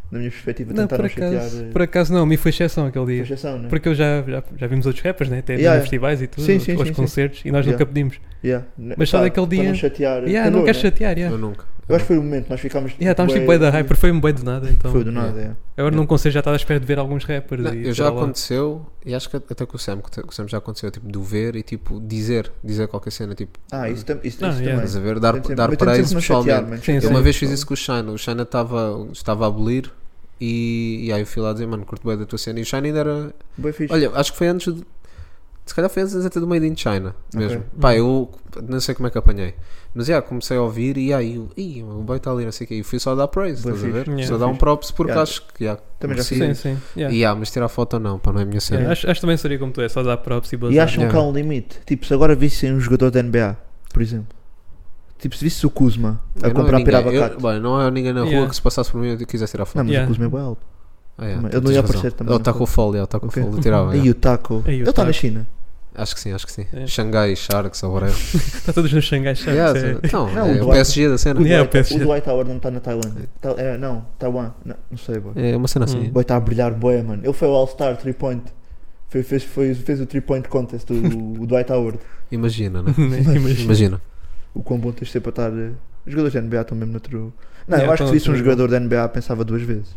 S5: na minha perspectiva,
S7: Não,
S5: tentar
S7: por
S5: não chatear.
S7: acaso,
S5: eh,
S7: por acaso não, me foi exceção aquele
S5: a
S7: dia.
S5: associação, né?
S7: Porque eu já, já, já vimos outros rappers, né? Até
S5: Yeah,
S7: nos
S5: yeah.
S7: festivais e tudo,
S5: Sim, sim,
S7: aos
S5: sim, sim.
S7: concertos, e nós
S5: Yeah.
S7: nunca pedimos.
S5: Yeah.
S7: Mas só
S5: Pá,
S7: daquele
S5: para
S7: dia-
S5: Não chatear,
S7: Yeah,
S5: calhou,
S7: não queres
S5: né?
S7: chatear, yeah.
S6: Eu nunca.
S5: Eu acho que foi o momento, nós ficámos.
S7: Yeah, estávamos tipo
S5: bué-
S7: bué da hyper, foi-me bué do nada, então.
S5: Foi do nada, é.
S7: Agora num concerto já estava à espera de ver alguns rappers
S6: Não,
S7: e
S6: eu
S7: sei
S6: já
S7: lá.
S6: aconteceu, e acho que até com o Sam, que te- com o Sam já aconteceu, tipo, do ver e tipo, dizer, dizer qualquer cena, tipo,
S5: Ah, isso, tam isso,
S7: Não,
S5: isso
S7: yeah.
S6: estás a
S5: também.
S6: ver, dar,
S5: Tento sempre-
S6: dar
S5: mas tento
S6: para
S5: sempre
S6: isso
S5: não chatear,
S6: pessoalmente.
S5: mano.
S7: Sim,
S6: Eu
S7: sim.
S6: uma vez fiz isso com o Shine, o Shine estava, estava a abolir e, e aí eu fui lá dizer, mano, curto bem da tua cena. E o Shine ainda era.
S5: Bué fixe.
S6: Olha, acho que foi antes. De, se calhar foi antes até do Made in China mesmo.
S5: Ok.
S6: Pá, eu não sei como é que apanhei. Mas já comecei a ouvir e aí eu, Ih, o boy está ali, não sei o quê. E fui só dar praise,
S5: Bué
S6: estás a
S5: fixe.
S6: ver?
S7: Yeah.
S6: só dar um props porque
S5: Yeah.
S6: acho que. Yeah,
S5: Também já
S6: merecia.
S5: fiz
S7: Sim, sim. yeah.
S6: E, ah, mas tirar foto não, pá, não é a minha cena.
S7: Yeah, Acho, acho que também seria como tu é, só dar props e bazar.
S5: E acham
S6: Yeah.
S5: que há um limite. Tipo, se agora vissem um jogador da NBA, por exemplo. Tipo, se visse o Kuzma a
S6: Eu não
S5: comprar
S6: vi ninguém.
S5: pirabacate.
S6: Eu- bem, não há ninguém na rua
S7: Yeah.
S6: que se passasse por mim e quisesse tirar
S5: Não,
S6: foto.
S5: mas
S7: Yeah.
S5: o Kuzma é bué alto.
S6: Ah, yeah,
S5: mas ele não
S6: tens
S5: ia
S6: razão.
S5: aparecer também,
S6: Ele
S5: não
S6: está com
S5: foi?
S6: o folha, ele está com o
S5: Ok.
S6: folha, tirava.
S5: E o Taco.
S7: E o
S5: Ele está na
S7: Taco.
S5: China.
S6: Acho que sim, acho que sim.
S7: É.
S6: Xangai, Sharks, ou whatever.
S7: Está Tá todos no Xangai Sharks.
S6: Yeah,
S7: é.
S6: Não,
S5: Não,
S6: é
S5: o
S6: o
S5: Dwight-
S6: PSG da cena.
S5: O
S7: Yeah,
S5: Dwight-
S7: peço-
S5: o Dwight Howard não está na Tailândia. Tá- é, não, Taiwan. Não, não sei, boy.
S6: É uma cena assim.
S5: O Boy está a brilhar boé, mano. Ele foi o All-Star 3-point. Foi- Fez, foi- fez o 3-point contest, o,
S7: (laughs)
S5: o Dwight Howard.
S6: Imagina, né?
S7: Imagina.
S6: Imagina.
S5: O quão bom tens de ser para estar. eh, Os jogadores da NBA estão mesmo noutro. Não,
S7: Yeah,
S5: eu acho que
S7: estão
S5: se visse um
S7: noutro nível.
S5: jogador da NBA pensava duas vezes.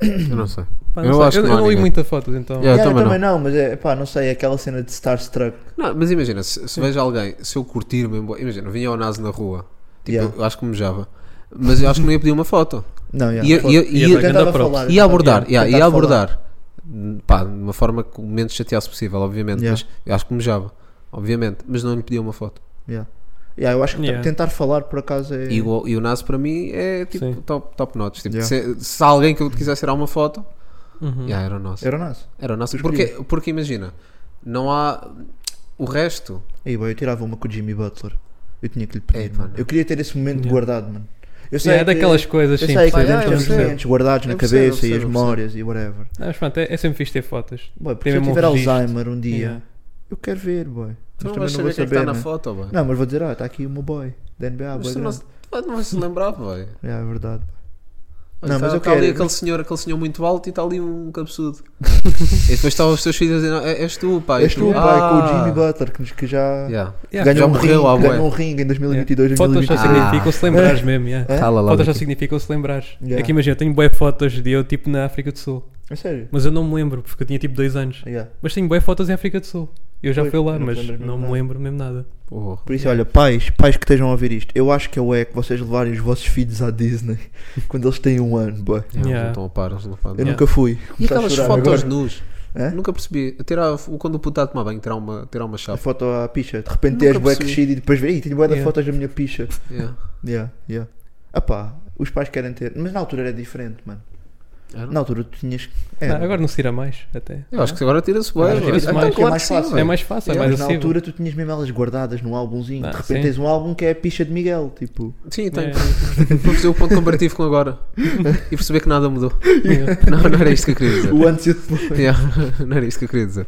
S6: Eu
S5: (laughs)
S6: não sei.
S7: Pá,
S6: Eu
S7: não sei,
S6: acho
S7: eu,
S6: que
S7: eu
S6: não há
S7: não li
S6: ninguém.
S7: muita fotos, então.
S6: Yeah. Eu
S5: Yeah,
S6: também
S5: não. mas é pá, não sei, é aquela cena de Starstruck.
S6: Não, mas imagina, se, se vejo alguém, se eu curtir mesmo. Imagina, vinha ao Naso na rua. Tipo,
S5: Yeah.
S6: eu acho que mejava. Mas eu acho que não ia pedir uma foto.
S5: Não, yeah,
S6: E-
S5: foda-se.
S6: e- e-
S5: Eu
S6: e-
S5: tentava
S7: Ganda props.
S5: falar,
S6: E a abordar, yeah,
S5: yeah, tentar
S6: e a
S5: falar.
S6: abordar. Hum, Pá, de uma forma que o menos chateasse possível, obviamente.
S5: Yeah.
S6: Mas eu acho que mejava, obviamente. Mas não lhe pedia uma foto.
S5: Yeah. Yeah, eu acho que
S7: Yeah.
S5: tentar falar por acaso é.
S6: E o, e o Nas para mim é tipo
S7: Sim.
S6: top, top notch. Tipo,
S5: Yeah. Hum.
S6: se, se há alguém que eu te quisesse tirar uma foto,
S7: Uhum.
S6: yeah, era o nosso.
S5: Era o nosso.
S6: Era o nosso.
S5: Tu
S6: Porque, porque imagina, não há o resto.
S5: E boy, eu tirava uma com o Jimmy Butler. Eu tinha que lhe pedir,
S6: Ei,
S5: mano.
S6: mano.
S5: Eu queria ter esse momento
S7: Yeah.
S5: guardado, mano. Eu sei
S7: Yeah, é
S5: que-
S7: daquelas coisas,
S5: Eu
S7: sim.
S5: sei que
S6: pá,
S5: devemos
S6: yeah,
S5: ter
S6: eu
S5: os
S6: percebo.
S5: sentimentos guardados na
S6: Eu percebo, eu
S5: cabeça e as
S6: percebo, eu
S5: memórias e whatever.
S7: Não, mas pronto, é, é sempre fixe ter fotos.
S5: Boy, porque
S7: Tem
S5: se eu
S7: mesmo um
S5: tiver
S7: registro.
S5: Alzheimer um dia,
S7: Yeah.
S5: eu quero ver,
S6: Tu
S5: boy. Mas
S6: não
S5: também
S6: vais
S5: não vou
S6: saber quem é que está na
S5: né?
S6: foto, boy.
S5: Não, é. mas vou dizer, ah, está aqui o meu boy, da NBA,
S6: Mas
S5: boy.
S6: tu não,
S5: grande.
S6: se- tu não vais se lembrar, boy. Olha,
S5: Yeah, é verdade. boy.
S6: tá-
S5: Não, mas eu
S6: tá ali
S5: quero-
S6: aquele senhor, aquele senhor muito alto e está ali um
S5: (laughs)
S6: cabeçudo. e depois estão os teus filhos a dizer: "Não, é- És tu, pai.
S5: És tu, pai, com o Jimmy
S6: Ah.
S5: Butler, que, nos- que já
S6: Yeah.
S7: Yeah.
S5: ganhou
S6: Já
S5: um
S6: morreu ah, há
S5: ring,
S6: bué.
S5: ganhou um ring em 2022,
S7: Fotos só
S5: 2023.
S6: Ah.
S7: significam se
S5: (laughs)
S7: lembrares mesmo, yeah.
S5: É?
S6: Fala lá,
S7: Fotos só
S6: Nico.
S7: significam se lembrares.
S5: Yeah.
S7: É que imagina, eu tenho boé fotos de eu tipo na África do Sul.
S5: É sério?
S7: Mas eu não me lembro, porque eu tinha tipo dois anos.
S5: Yeah.
S7: Mas tenho boé fotos em África do Sul. Eu já
S5: Pois,
S7: fui lá,
S5: não te
S7: mas
S5: lembras mesmo
S7: não me
S5: nada.
S7: lembro mesmo nada.
S6: Porra.
S5: Por isso, olha, pais, pais que estejam a ouvir isto, eu acho que é o é que vocês levarem os vossos filhos à Disney (laughs) quando eles têm um ano, boy.
S6: Yeah, eles
S7: Yeah.
S6: Não estão a par, eles não falam.
S5: Eu
S7: Yeah.
S5: nunca fui.
S6: E
S5: Começar a
S6: aquelas
S5: chorar
S6: fotos
S5: agora. É?
S6: nus?
S5: Hã?
S6: Nunca percebi. Eu tirava, quando o puto está a tomar banho, tirar uma, tirar uma
S5: A (laughs)
S6: chave.
S5: foto à picha, de repente
S6: Tá. Nunca
S5: és bué
S6: percebi.
S5: crescido e depois vês, "Ih, tenho bué de
S7: Yeah.
S5: fotos da minha picha.
S6: Yeah.
S5: Yeah, yeah. Ah pá, os pais querem ter, mas na altura era diferente, mano.
S6: Era? tá
S5: Na altura tu tinhas. é,
S7: Não,
S5: era.
S7: agora não se tira mais, até.
S6: Eu acho que agora tira-se bem.
S7: Agora
S6: mano.
S7: tira-se
S6: Então,
S7: mais,
S5: que é
S6: claro
S5: mais
S6: que sim,
S5: fácil.
S6: mano.
S7: É mais fácil, é
S5: É,
S7: mais
S5: mas na
S7: acessível.
S5: altura tu tinhas mesmo elas guardadas num álbumzinho.
S7: Ah,
S5: de repente
S7: sim.
S5: tens um álbum que é a picha de Miguel, tipo.
S6: Sim, tenho.
S7: É.
S6: Para (laughs) fazer o ponto comparativo com agora (laughs) e perceber que nada
S5: (laughs)
S6: mudou. (laughs) Não, não era isto que eu queria dizer.
S5: O antes e o depois.
S6: (laughs) Yeah, não era isto que eu queria dizer.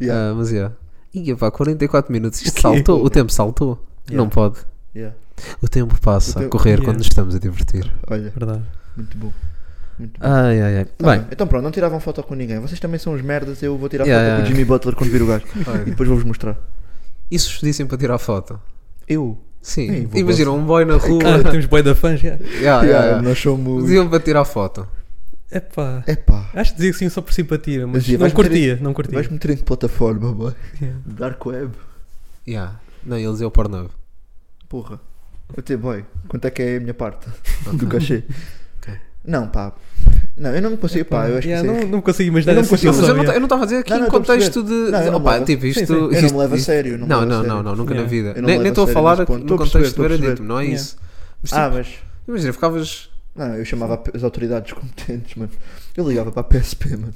S5: Yeah.
S6: Ah, mas yeah. Ia pá, 44 minutos. Isto saltou. O tempo saltou.
S5: Yeah.
S6: Não pode.
S5: Yeah.
S6: O tempo passa
S5: O
S6: a
S5: tempo-
S6: correr
S7: Yeah.
S6: quando nos estamos a divertir.
S5: Olha,
S7: Verdade.
S5: muito bom. Muito bom.
S6: Ai, ai, ai.
S5: Tá
S6: Bem,
S5: então pronto, não tiravam foto com ninguém. Vocês também são uns merdas, eu vou tirar
S6: Yeah,
S5: foto com
S6: yeah.
S5: o Jimmy Butler quando vir o gajo.
S6: (laughs) Olha.
S5: e depois vou-vos mostrar.
S6: e se vos dissem para tirar foto?
S5: Eu? Ei,
S6: Sim.
S5: vou
S6: Imagina um boy na rua.
S7: Ah, temos boi da fãs, já.
S6: Ah, Yeah, yeah,
S5: Yeah,
S6: yeah.
S5: Nós somos.
S6: Diziam para tirar foto.
S7: Epá.
S5: Epá.
S7: Acho que dizia que sim só por simpatia, mas
S5: Dizia,
S7: não
S5: vais meter
S7: curtia,
S5: em-
S7: não curtia.
S5: Vais meter em que plataforma, boy.
S7: Yeah.
S5: Dark Web.
S6: Yeah. Não, eles é o Pornhub.
S5: Porra. Eu te boy, quanto é que é a
S7: (laughs)
S5: minha parte do cachê?
S6: Ok.
S5: Não, pá. Não, eu não me consigo, pá. Eu acho
S7: Yeah,
S5: que sei.
S7: não, não consigo imaginar
S5: Eu não
S7: essa
S5: consigo.
S6: Não, mas eu
S7: situação,
S6: não ta-
S7: yeah.
S6: eu não estava a dizer aqui
S5: Não, não,
S6: em
S5: estou a
S6: contexto
S5: perceber.
S6: de.
S5: Não, eu não
S6: Opa,
S5: levo.
S6: tipo, isto.
S7: Sim, sim. Eu não
S5: Eu
S6: isto-
S5: não me levo a
S6: isto-
S5: sério. Não, me
S6: Não,
S5: levo a
S6: não,
S5: sério.
S6: não, não, nunca na
S7: Yeah.
S6: vida.
S5: Eu não
S6: Nem
S5: levo
S6: nem
S5: a
S6: estou a
S5: sério
S6: falar
S5: nesse ponto.
S6: no
S5: Estou a perceber,
S6: contexto
S5: estou a perceber.
S6: veredito, não é
S7: Yeah.
S6: isso. Mas,
S5: Ah,
S6: tipo,
S5: mas.
S6: Imagina, ficavas.
S5: Não, eu chamava as autoridades competentes, mano. Eu ligava para a PSP,
S7: (laughs)
S5: mano.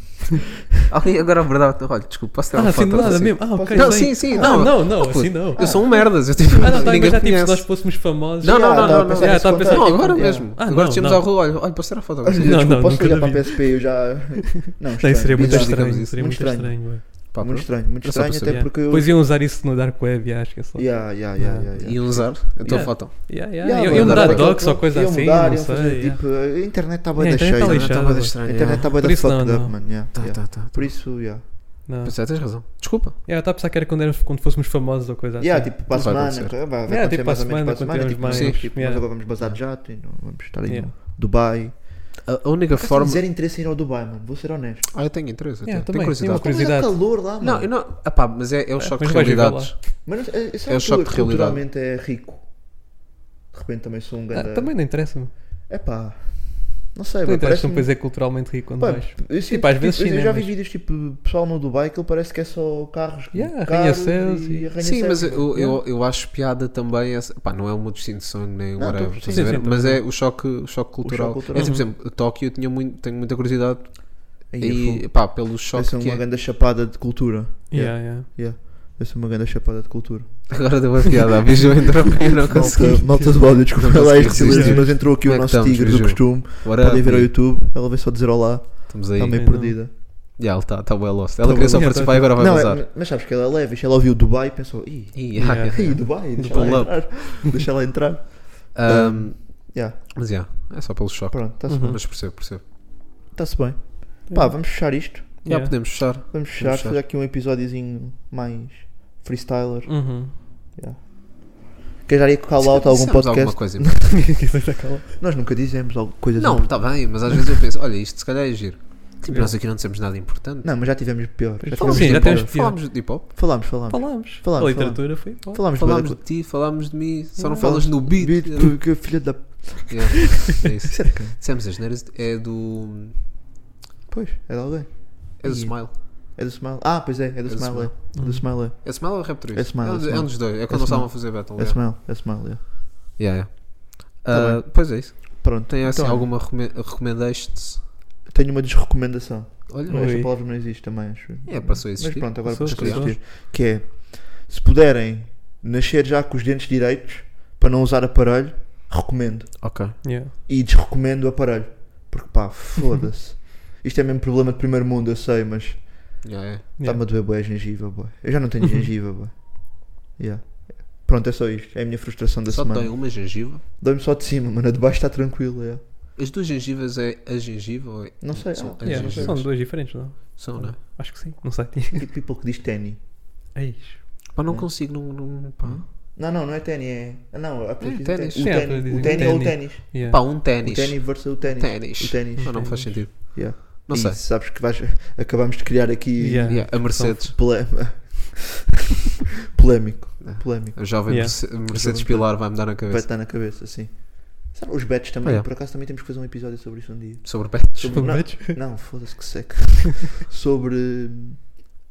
S6: Alguém agora, na verdade, olha, desculpa, posso tirar
S7: Ah,
S6: uma
S7: assim
S6: foto?
S7: do nada
S6: consigo?
S7: mesmo. Ah, ok.
S6: Não,
S7: bem.
S6: sim, sim,
S7: Ah,
S6: não.
S7: Não, não,
S6: puto.
S7: assim não.
S6: Eu sou um merdas. Eu, tipo,
S7: Ah, não, tá,
S6: ninguém me
S7: imagina tipo se
S6: conhece.
S7: nós fôssemos famosos.
S6: Não, não,
S5: Yeah,
S6: não,
S5: tava
S6: não,
S5: a
S6: não.
S5: pensar
S7: Yeah,
S5: nesse
S7: tava a pensar
S5: contexto.
S6: Não,
S7: tipo,
S6: agora
S5: yeah.
S6: mesmo.
S7: Ah,
S6: agora
S7: não,
S6: tínhamos
S7: não.
S6: à rua, olha, olha, posso tirar foto agora.
S5: Olha,
S7: Não,
S5: desculpa,
S7: não,
S5: posso
S7: nunca
S5: ligar
S7: na
S5: para a
S7: vida.
S5: PSP?
S7: (laughs)
S5: Eu já. Não,
S7: Não,
S5: estranho.
S7: isso seria muito
S5: Bizarro.
S6: digamos
S7: estranho.
S6: isso.
S7: Seria muito
S5: Muito
S7: estranho, ué.
S6: Pá,
S5: Muito
S6: pronto.
S5: estranho, muito
S6: Era só para
S5: estranho, até
S6: saber.
S5: porque eu.
S7: Pois iam usar isso no Dark Web, yeah, acho que é só.
S5: Yeah, yeah, yeah, yeah, yeah.
S7: um
S6: Iam usar a tua
S7: Yeah.
S6: foto.
S7: Yeah, yeah,
S5: Yeah,
S7: iam-
S5: mano,
S7: Iam
S5: era
S7: mudar
S5: aquele-
S7: um docs ou coisa
S5: iam
S7: assim,
S5: mudar,
S7: não
S5: iam fazer,
S7: sei. yeah.
S5: tipo, a internet está bem
S7: Yeah,
S5: da
S7: a internet
S5: cheia.
S7: tá
S5: mano.
S7: lixada.
S6: Não,
S7: boa.
S6: tá
S5: A
S6: estranho.
S5: internet está bem
S7: Por
S5: da
S7: isso não,
S5: fucked up,
S7: não.
S5: mano. yeah,
S6: Tá,
S5: yeah.
S6: tá, tá.
S5: Por isso, yeah.
S7: Não.
S6: Pois é, tens razão. Desculpa.
S7: Yeah, Eu estava a pensar que era quando, éramos- quando fôssemos famosos ou coisa assim.
S5: Yeah, tipo, para a
S6: Não vai
S5: semana,
S6: acontecer.
S5: vai- vai
S7: Yeah,
S5: acontecer
S7: tipo, para a
S5: mais ou menos
S7: semana,
S5: para a semana,
S7: quando
S5: tipo,
S7: tivermos
S5: sim,
S6: mais-
S5: tipo,
S7: yeah.
S5: nós agora vamos bazar de jato e não vamos estar aí
S7: Yeah.
S5: no Dubai.
S6: A a única
S5: Eu Forma...
S6: forma.
S5: dizer interesse em ir ao Dubai, mano, vou ser honesto.
S6: Ah, eu tenho interesse.
S7: Yeah,
S6: até. Tenho
S7: também. Tenho uma
S6: curiosidade.
S5: Mas é
S7: Curiosidade.
S5: calor lá,
S6: Não, eu
S5: mano.
S6: não. Ah, pá, mas é, é o choque
S7: mas
S6: de
S7: vais viver
S6: realidades.
S5: Mas não- é- essa
S6: É um choque
S5: altura
S6: de realidade.
S5: culturalmente é rico. De repente também sou um
S7: Ah,
S5: grande...
S7: Também não interessa-me.
S5: É pá, não sei,
S7: Não
S5: mano,
S7: interessa um
S5: parece-me-
S7: país é culturalmente rico quando
S5: Pá,
S7: vais.
S5: eu sinto
S7: Tipo, às
S5: que,
S7: vezes
S5: eu
S7: sim, né,
S5: já vi
S7: mas-
S5: vídeos tipo pessoal no Dubai que ele parece que é só carros
S7: Yeah,
S5: caros
S7: arranha-céus e-
S5: e arranha
S6: Sim, mas eu, eu, eu acho piada também. Essa, pá, não é uma distinção nem
S5: Não,
S6: whatever,
S5: tô-
S6: estás
S7: sim,
S6: a ver?
S7: sim, tô-
S6: mas é o choque, o choque cultural.
S5: cultural.
S6: É tipo, por exemplo, Tóquio eu tinha muito, tenho muita curiosidade
S5: Aí, é
S6: e pá, pelo choque
S5: Essa é
S6: que
S5: uma
S6: é.
S5: grande chapada de cultura.
S7: Yeah, yeah.
S5: Yeah. Essa é uma grande chapada de cultura.
S6: Agora deu uma piada, a Biju entrou eu não consegui.
S5: Malta, malta do áudio, desculpa
S6: Não
S5: lá
S6: consegui
S5: este silêncio,
S6: resistir.
S5: é mas entrou aqui
S6: Como é
S5: o
S6: que
S5: nosso
S6: estamos, Tá
S5: tigre do
S6: Juju?
S5: costume.
S6: What up,
S5: Podem ver ao
S6: e-
S5: YouTube, ela veio só dizer olá,
S6: Estamos aí.
S5: está meio
S7: Não.
S5: perdida.
S6: Yeah, ele está tá well lost. Ela
S7: Tá
S6: queria
S7: well
S6: só
S7: lost.
S6: participar e agora vai
S5: Não, é-
S6: vazar.
S5: mas sabes que ela é leve, ela ouviu Dubai e pensou, ih,
S6: Ih, yeah,
S7: Yeah.
S6: yeah.
S5: ih Dubai, deixa
S6: Pull
S5: ela
S6: up. (laughs)
S5: entrar. deixa ela entrar.
S6: Um,
S5: Yeah,
S6: mas yeah, é só pelo choque.
S5: pronto, está-se bem.
S6: Mas percebo, percebo.
S5: Tá-se bem. Pá, vamos fechar isto.
S6: Já
S7: Yeah.
S6: podemos fechar.
S5: Vamos fechar,
S6: Uhum. fechar.
S5: fazer aqui um episódiozinho mais freestyler.
S7: Uhum.
S5: Quer dar aí call out a algum
S6: Dissemos
S5: podcast?
S6: alguma coisa
S5: Nós nunca dizemos algo- coisas. assim.
S6: Não, está bem, mas às vezes eu penso, olha, isto se calhar é giro. Tipo, nós aqui não dissemos nada importante.
S5: Não, mas já tivemos pior. Já
S7: Falamos
S5: tivemos
S7: sim,
S5: pior.
S7: já temos- pior.
S6: falámos de hip hop,
S5: Falámos, falámos.
S7: Falámos.
S5: Falámos,
S7: A literatura foi. pá.
S5: Falámos,
S6: falámos
S5: falámos
S6: de ti, falámos de mim, só não
S5: Yeah.
S6: falas no beat.
S5: Beat, porque filha da.
S6: Yeah, é isso. Dissemos as neiras, é do.
S5: Pois, é de alguém.
S6: É do
S5: Ih.
S6: Smile.
S5: É do Smile. Ah, pois é, é do
S6: do
S5: Smile.
S6: Smile.
S5: É É do Smile. é.
S6: É Smile ou Raptor?
S5: É Smile,
S6: É,
S5: é
S6: um, dos- é
S5: Smile.
S6: um dos dois, é
S5: É
S6: quando eles estavam
S5: Smile.
S6: a fazer Battle.
S5: É
S6: yeah.
S5: Smile, é Smile. é.
S6: Yeah, yeah.
S5: Tá
S6: Ah, pois é isso.
S5: Pronto,
S6: Tem assim
S5: Então,
S6: alguma recome- recomendaste?
S5: tenho uma desrecomendação.
S6: Olha,
S5: Não, Esta
S7: Ui.
S5: palavra não existe também, acho. eu.
S6: É, passou a
S5: Mas
S6: existir.
S5: pronto, agora
S7: Passou a
S5: passou a
S6: existir.
S5: existir. Que é, se puderem nascer já com os dentes direitos, para não usar aparelho, recomendo.
S6: ok.
S7: Yeah.
S5: e desrecomendo o aparelho. Porque pá,
S6: (laughs)
S5: foda-se. Isto é mesmo problema de primeiro mundo, eu sei, mas
S6: Yeah, é.
S5: está-me a doer boa a gengiva, boy. Eu já não
S6: (laughs)
S5: tenho gengiva, boy. Yeah. Pronto, é só isto. É a minha frustração da
S6: Só te
S5: semana.
S6: dói uma gengiva.
S5: Dói-me só de cima, mano. A de baixo está tranquilo, yeah.
S6: As duas gengivas é a gengiva ou é-
S5: Não sei.
S6: São-
S5: ah,
S7: Yeah,
S5: não sei.
S7: São duas diferentes, não?
S6: são, não é?
S7: Acho que sim. Não sei.
S5: Tipo people que diz tenny.
S7: Eis.
S6: Pá, não consigo, não. não pá.
S5: Não, não, não é tenny, é. ah, Não, a
S6: É, ténis.
S5: ténis. O
S7: Sim, há
S5: tenny.
S7: pessoas
S5: O
S7: que dizem
S5: tenny ou o
S7: ténis.
S5: ténis.
S7: Yeah.
S6: Pá, um
S5: O
S6: ténis.
S5: tenny versus o ténis.
S6: Ténis.
S5: O ténis.
S6: Ah, não faz sentido.
S5: Yeah.
S6: Não
S5: E
S6: sei.
S5: sabes que vais... acabamos de criar aqui
S7: Yeah.
S6: Yeah, a Mercedes.
S5: polema- (laughs) polémico. Polémico.
S6: A jovem
S7: Yeah.
S6: Merce- Mercedes Pilar vai me dar na
S5: Vai
S6: É. cabeça. Ah,
S5: estar na cabeça, sim. Sabe, os bets também,
S6: Olha.
S5: por acaso também temos que fazer um episódio sobre isso um dia.
S6: Sobre
S7: Tá
S6: pets.
S5: Sobre, não,
S7: Bets?
S5: não, foda-se que seco. sobre hum,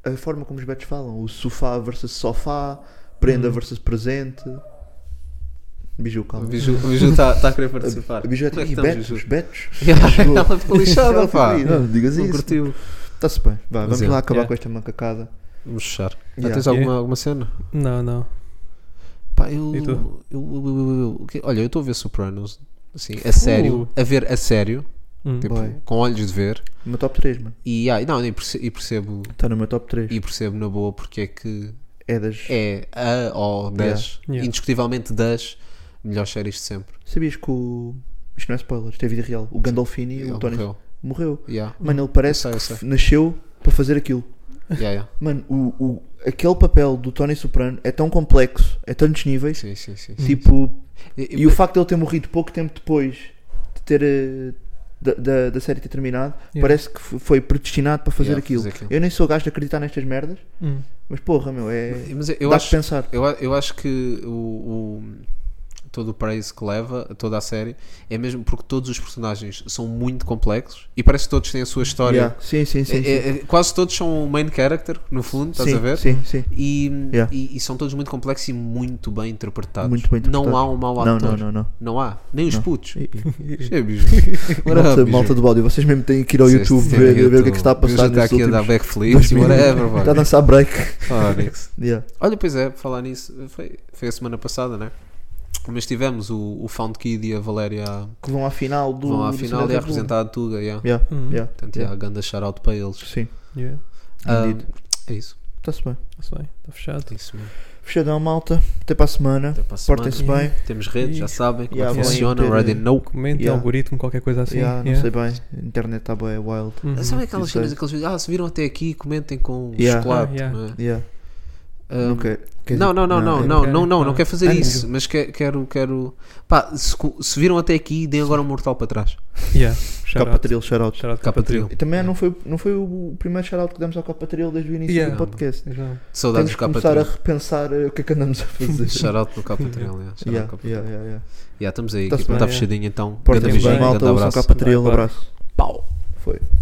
S5: a forma como os bets
S6: Uhum.
S5: falam. O sofá versus sofá, prenda versus presente. Biju, calma.
S6: Biju está tá a querer participar.
S5: A Biju é
S6: Como é que
S5: tipo,
S6: estamos,
S5: betos,
S6: Biju? (laughs)
S5: betos.
S6: Yeah, Ela ficou lixada,
S5: Ela
S6: pá.
S5: fica aí, Não, digas
S6: Não
S5: isso.
S6: curtiu.
S5: Está-se bem. Vá, vamos
S6: yeah,
S5: lá acabar
S7: yeah.
S5: com esta macacada.
S6: Vamos fechar. Ah,
S5: Yeah.
S6: tens
S7: Yeah.
S6: alguma, alguma cena?
S7: (laughs) Não, não.
S6: Pá, eu.
S7: E tu?
S6: eu- eu- eu- eu- o quê? olha, eu estou a ver Sopranos. Assim, a sério. A ver a sério.
S7: Hum.
S6: Tipo,
S5: Bem.
S6: com olhos de ver.
S5: No meu top 3, mano.
S6: E, ah, e não, e perce- e percebo,
S5: Está no meu top 3.
S6: e percebo na boa porque é que
S5: É das.
S6: é a ou das,
S7: Yeah.
S6: indiscutivelmente das melhores séries de sempre.
S5: Sabias que o. Isto não é spoiler, isto é vida real. O Gandolfini,
S6: Ele
S5: o Tony.
S6: morreu.
S5: Morreu.
S6: Yeah.
S5: Mano, ele parece
S6: Eu sei, eu
S5: que
S6: sei.
S5: f- nasceu para fazer aquilo.
S6: Yeah, yeah.
S5: Mano, o, o- aquele papel do Tony Soprano é tão complexo, é tantos níveis.
S6: Sim, sim, sim.
S5: Tipo,
S6: E-
S5: E o facto de ele ter morrido pouco tempo depois de ter. eh, da, da, da série ter terminado,
S7: Yeah.
S5: parece que f- foi predestinado para fazer,
S6: Yeah,
S5: aquilo.
S6: fazer aquilo.
S5: Eu nem sou gajo de acreditar nestas merdas,
S7: Hum.
S5: mas porra, meu, é.
S6: Mas eu
S5: dá
S6: acho,
S5: para pensar.
S6: eu, a- eu acho que o, o- todo o praise que leva a toda a série é mesmo porque todos os personagens são muito complexos e parece que todos têm a sua história.
S5: Yeah. Sim, sim, sim.
S6: É- é- é- quase todos são o main character, no fundo,
S5: sim.
S6: estás a ver?
S5: Sim, sim.
S6: E,
S5: Yeah.
S6: e- e são todos muito complexos e muito bem interpretados.
S5: Muito bem interpretados.
S6: Não há um mau
S5: Não,
S6: ator.
S5: não, não, não.
S6: Não há. Nem os
S5: Não.
S6: putos.
S5: E- e-
S6: Cheio,
S5: (laughs)
S6: bicho. (laughs) What
S5: malta,
S6: up,
S5: malta
S6: bicho?
S5: do áudio, vocês mesmo têm que ir ao
S6: Vocês
S5: YouTube
S6: têm
S5: ver, ver o que é
S6: YouTube.
S5: que está a
S6: Bicho
S5: passar
S6: está
S5: nos
S6: aqui a dar
S5: últimos
S6: backflips e
S5: minutos.
S6: whatever,
S5: Está a
S6: mano.
S5: dançar break. (laughs)
S6: Ah, Nix.
S5: Yeah.
S6: Olha, pois é, por falar nisso, foi, foi a semana passada, né? Mas tivemos o, o Found Kid e a Valéria a-
S5: Que vão à final do.
S6: vão à
S5: do
S6: final e é a
S5: Cidade da Lua.
S6: representar a Tuga, yeah.
S5: Yeah,
S7: Uhum.
S5: yeah,
S6: Portanto, yeah,
S5: yeah.
S6: ganda shout-out para eles.
S5: Sim,
S7: Yeah.
S6: Ah,
S5: Indeed.
S6: é isso.
S5: está-se bem.
S7: Está-se bem, está fechado.
S6: É isso mesmo.
S5: Fechadão, malta. Até para a semana.
S6: Até para a semana.
S5: Portem-se bem.
S6: Temos redes, já sabem como é
S5: Yeah,
S6: que
S7: vão
S6: funciona,
S5: ter-
S6: already know.
S7: Comenta,
S5: Yeah.
S7: algoritmo, qualquer coisa assim.
S5: Yeah, não
S7: Yeah.
S5: sei bem. A internet está bem wild.
S7: Uhum.
S6: Sabe aquelas
S5: Isso aí.
S6: cenas, aqueles vídeos, ah, se viram até aqui, comentem com
S5: Yeah.
S6: chocolate,
S7: Ah, yeah.
S6: não é?
S5: Yeah.
S6: Ah,
S5: Nunca- quer dizer,
S6: Não, não, não, não,
S5: é-
S6: não,
S7: quero,
S6: não, não, não
S7: não.
S6: quero fazer
S5: Antes.
S6: isso, mas que- quero, quero. Pá, se, cu- se viram até aqui, deem agora um mortal para trás.
S7: Yeah. Shout out.
S5: Capatril, shout out.
S7: Shout out
S6: Capa
S7: Capatril.
S5: E também não foi, não foi o primeiro shout out que demos ao Capatril desde o início
S7: Yeah.
S5: do podcast.
S7: Não.
S6: Saudades
S5: Temos
S6: do
S5: que começar a
S6: K3.
S5: repensar eh, o que é que andamos a fazer.
S6: Shoutout do K3, yeah. Shoutout
S5: Yeah,
S6: K3.
S5: yeah, yeah, yeah.
S6: Yeah, estamos aí,
S5: Tá-se
S6: equipa,
S5: bem.
S6: está
S7: Yeah.
S6: fechadinho então. Grande
S5: Portem-se
S6: beijinho,
S5: bem,
S7: beijinho,
S5: malta.
S6: grande
S5: Ouçam
S6: abraço.
S5: Capatril.
S7: Vai, vai.
S5: Abraço. um Foi.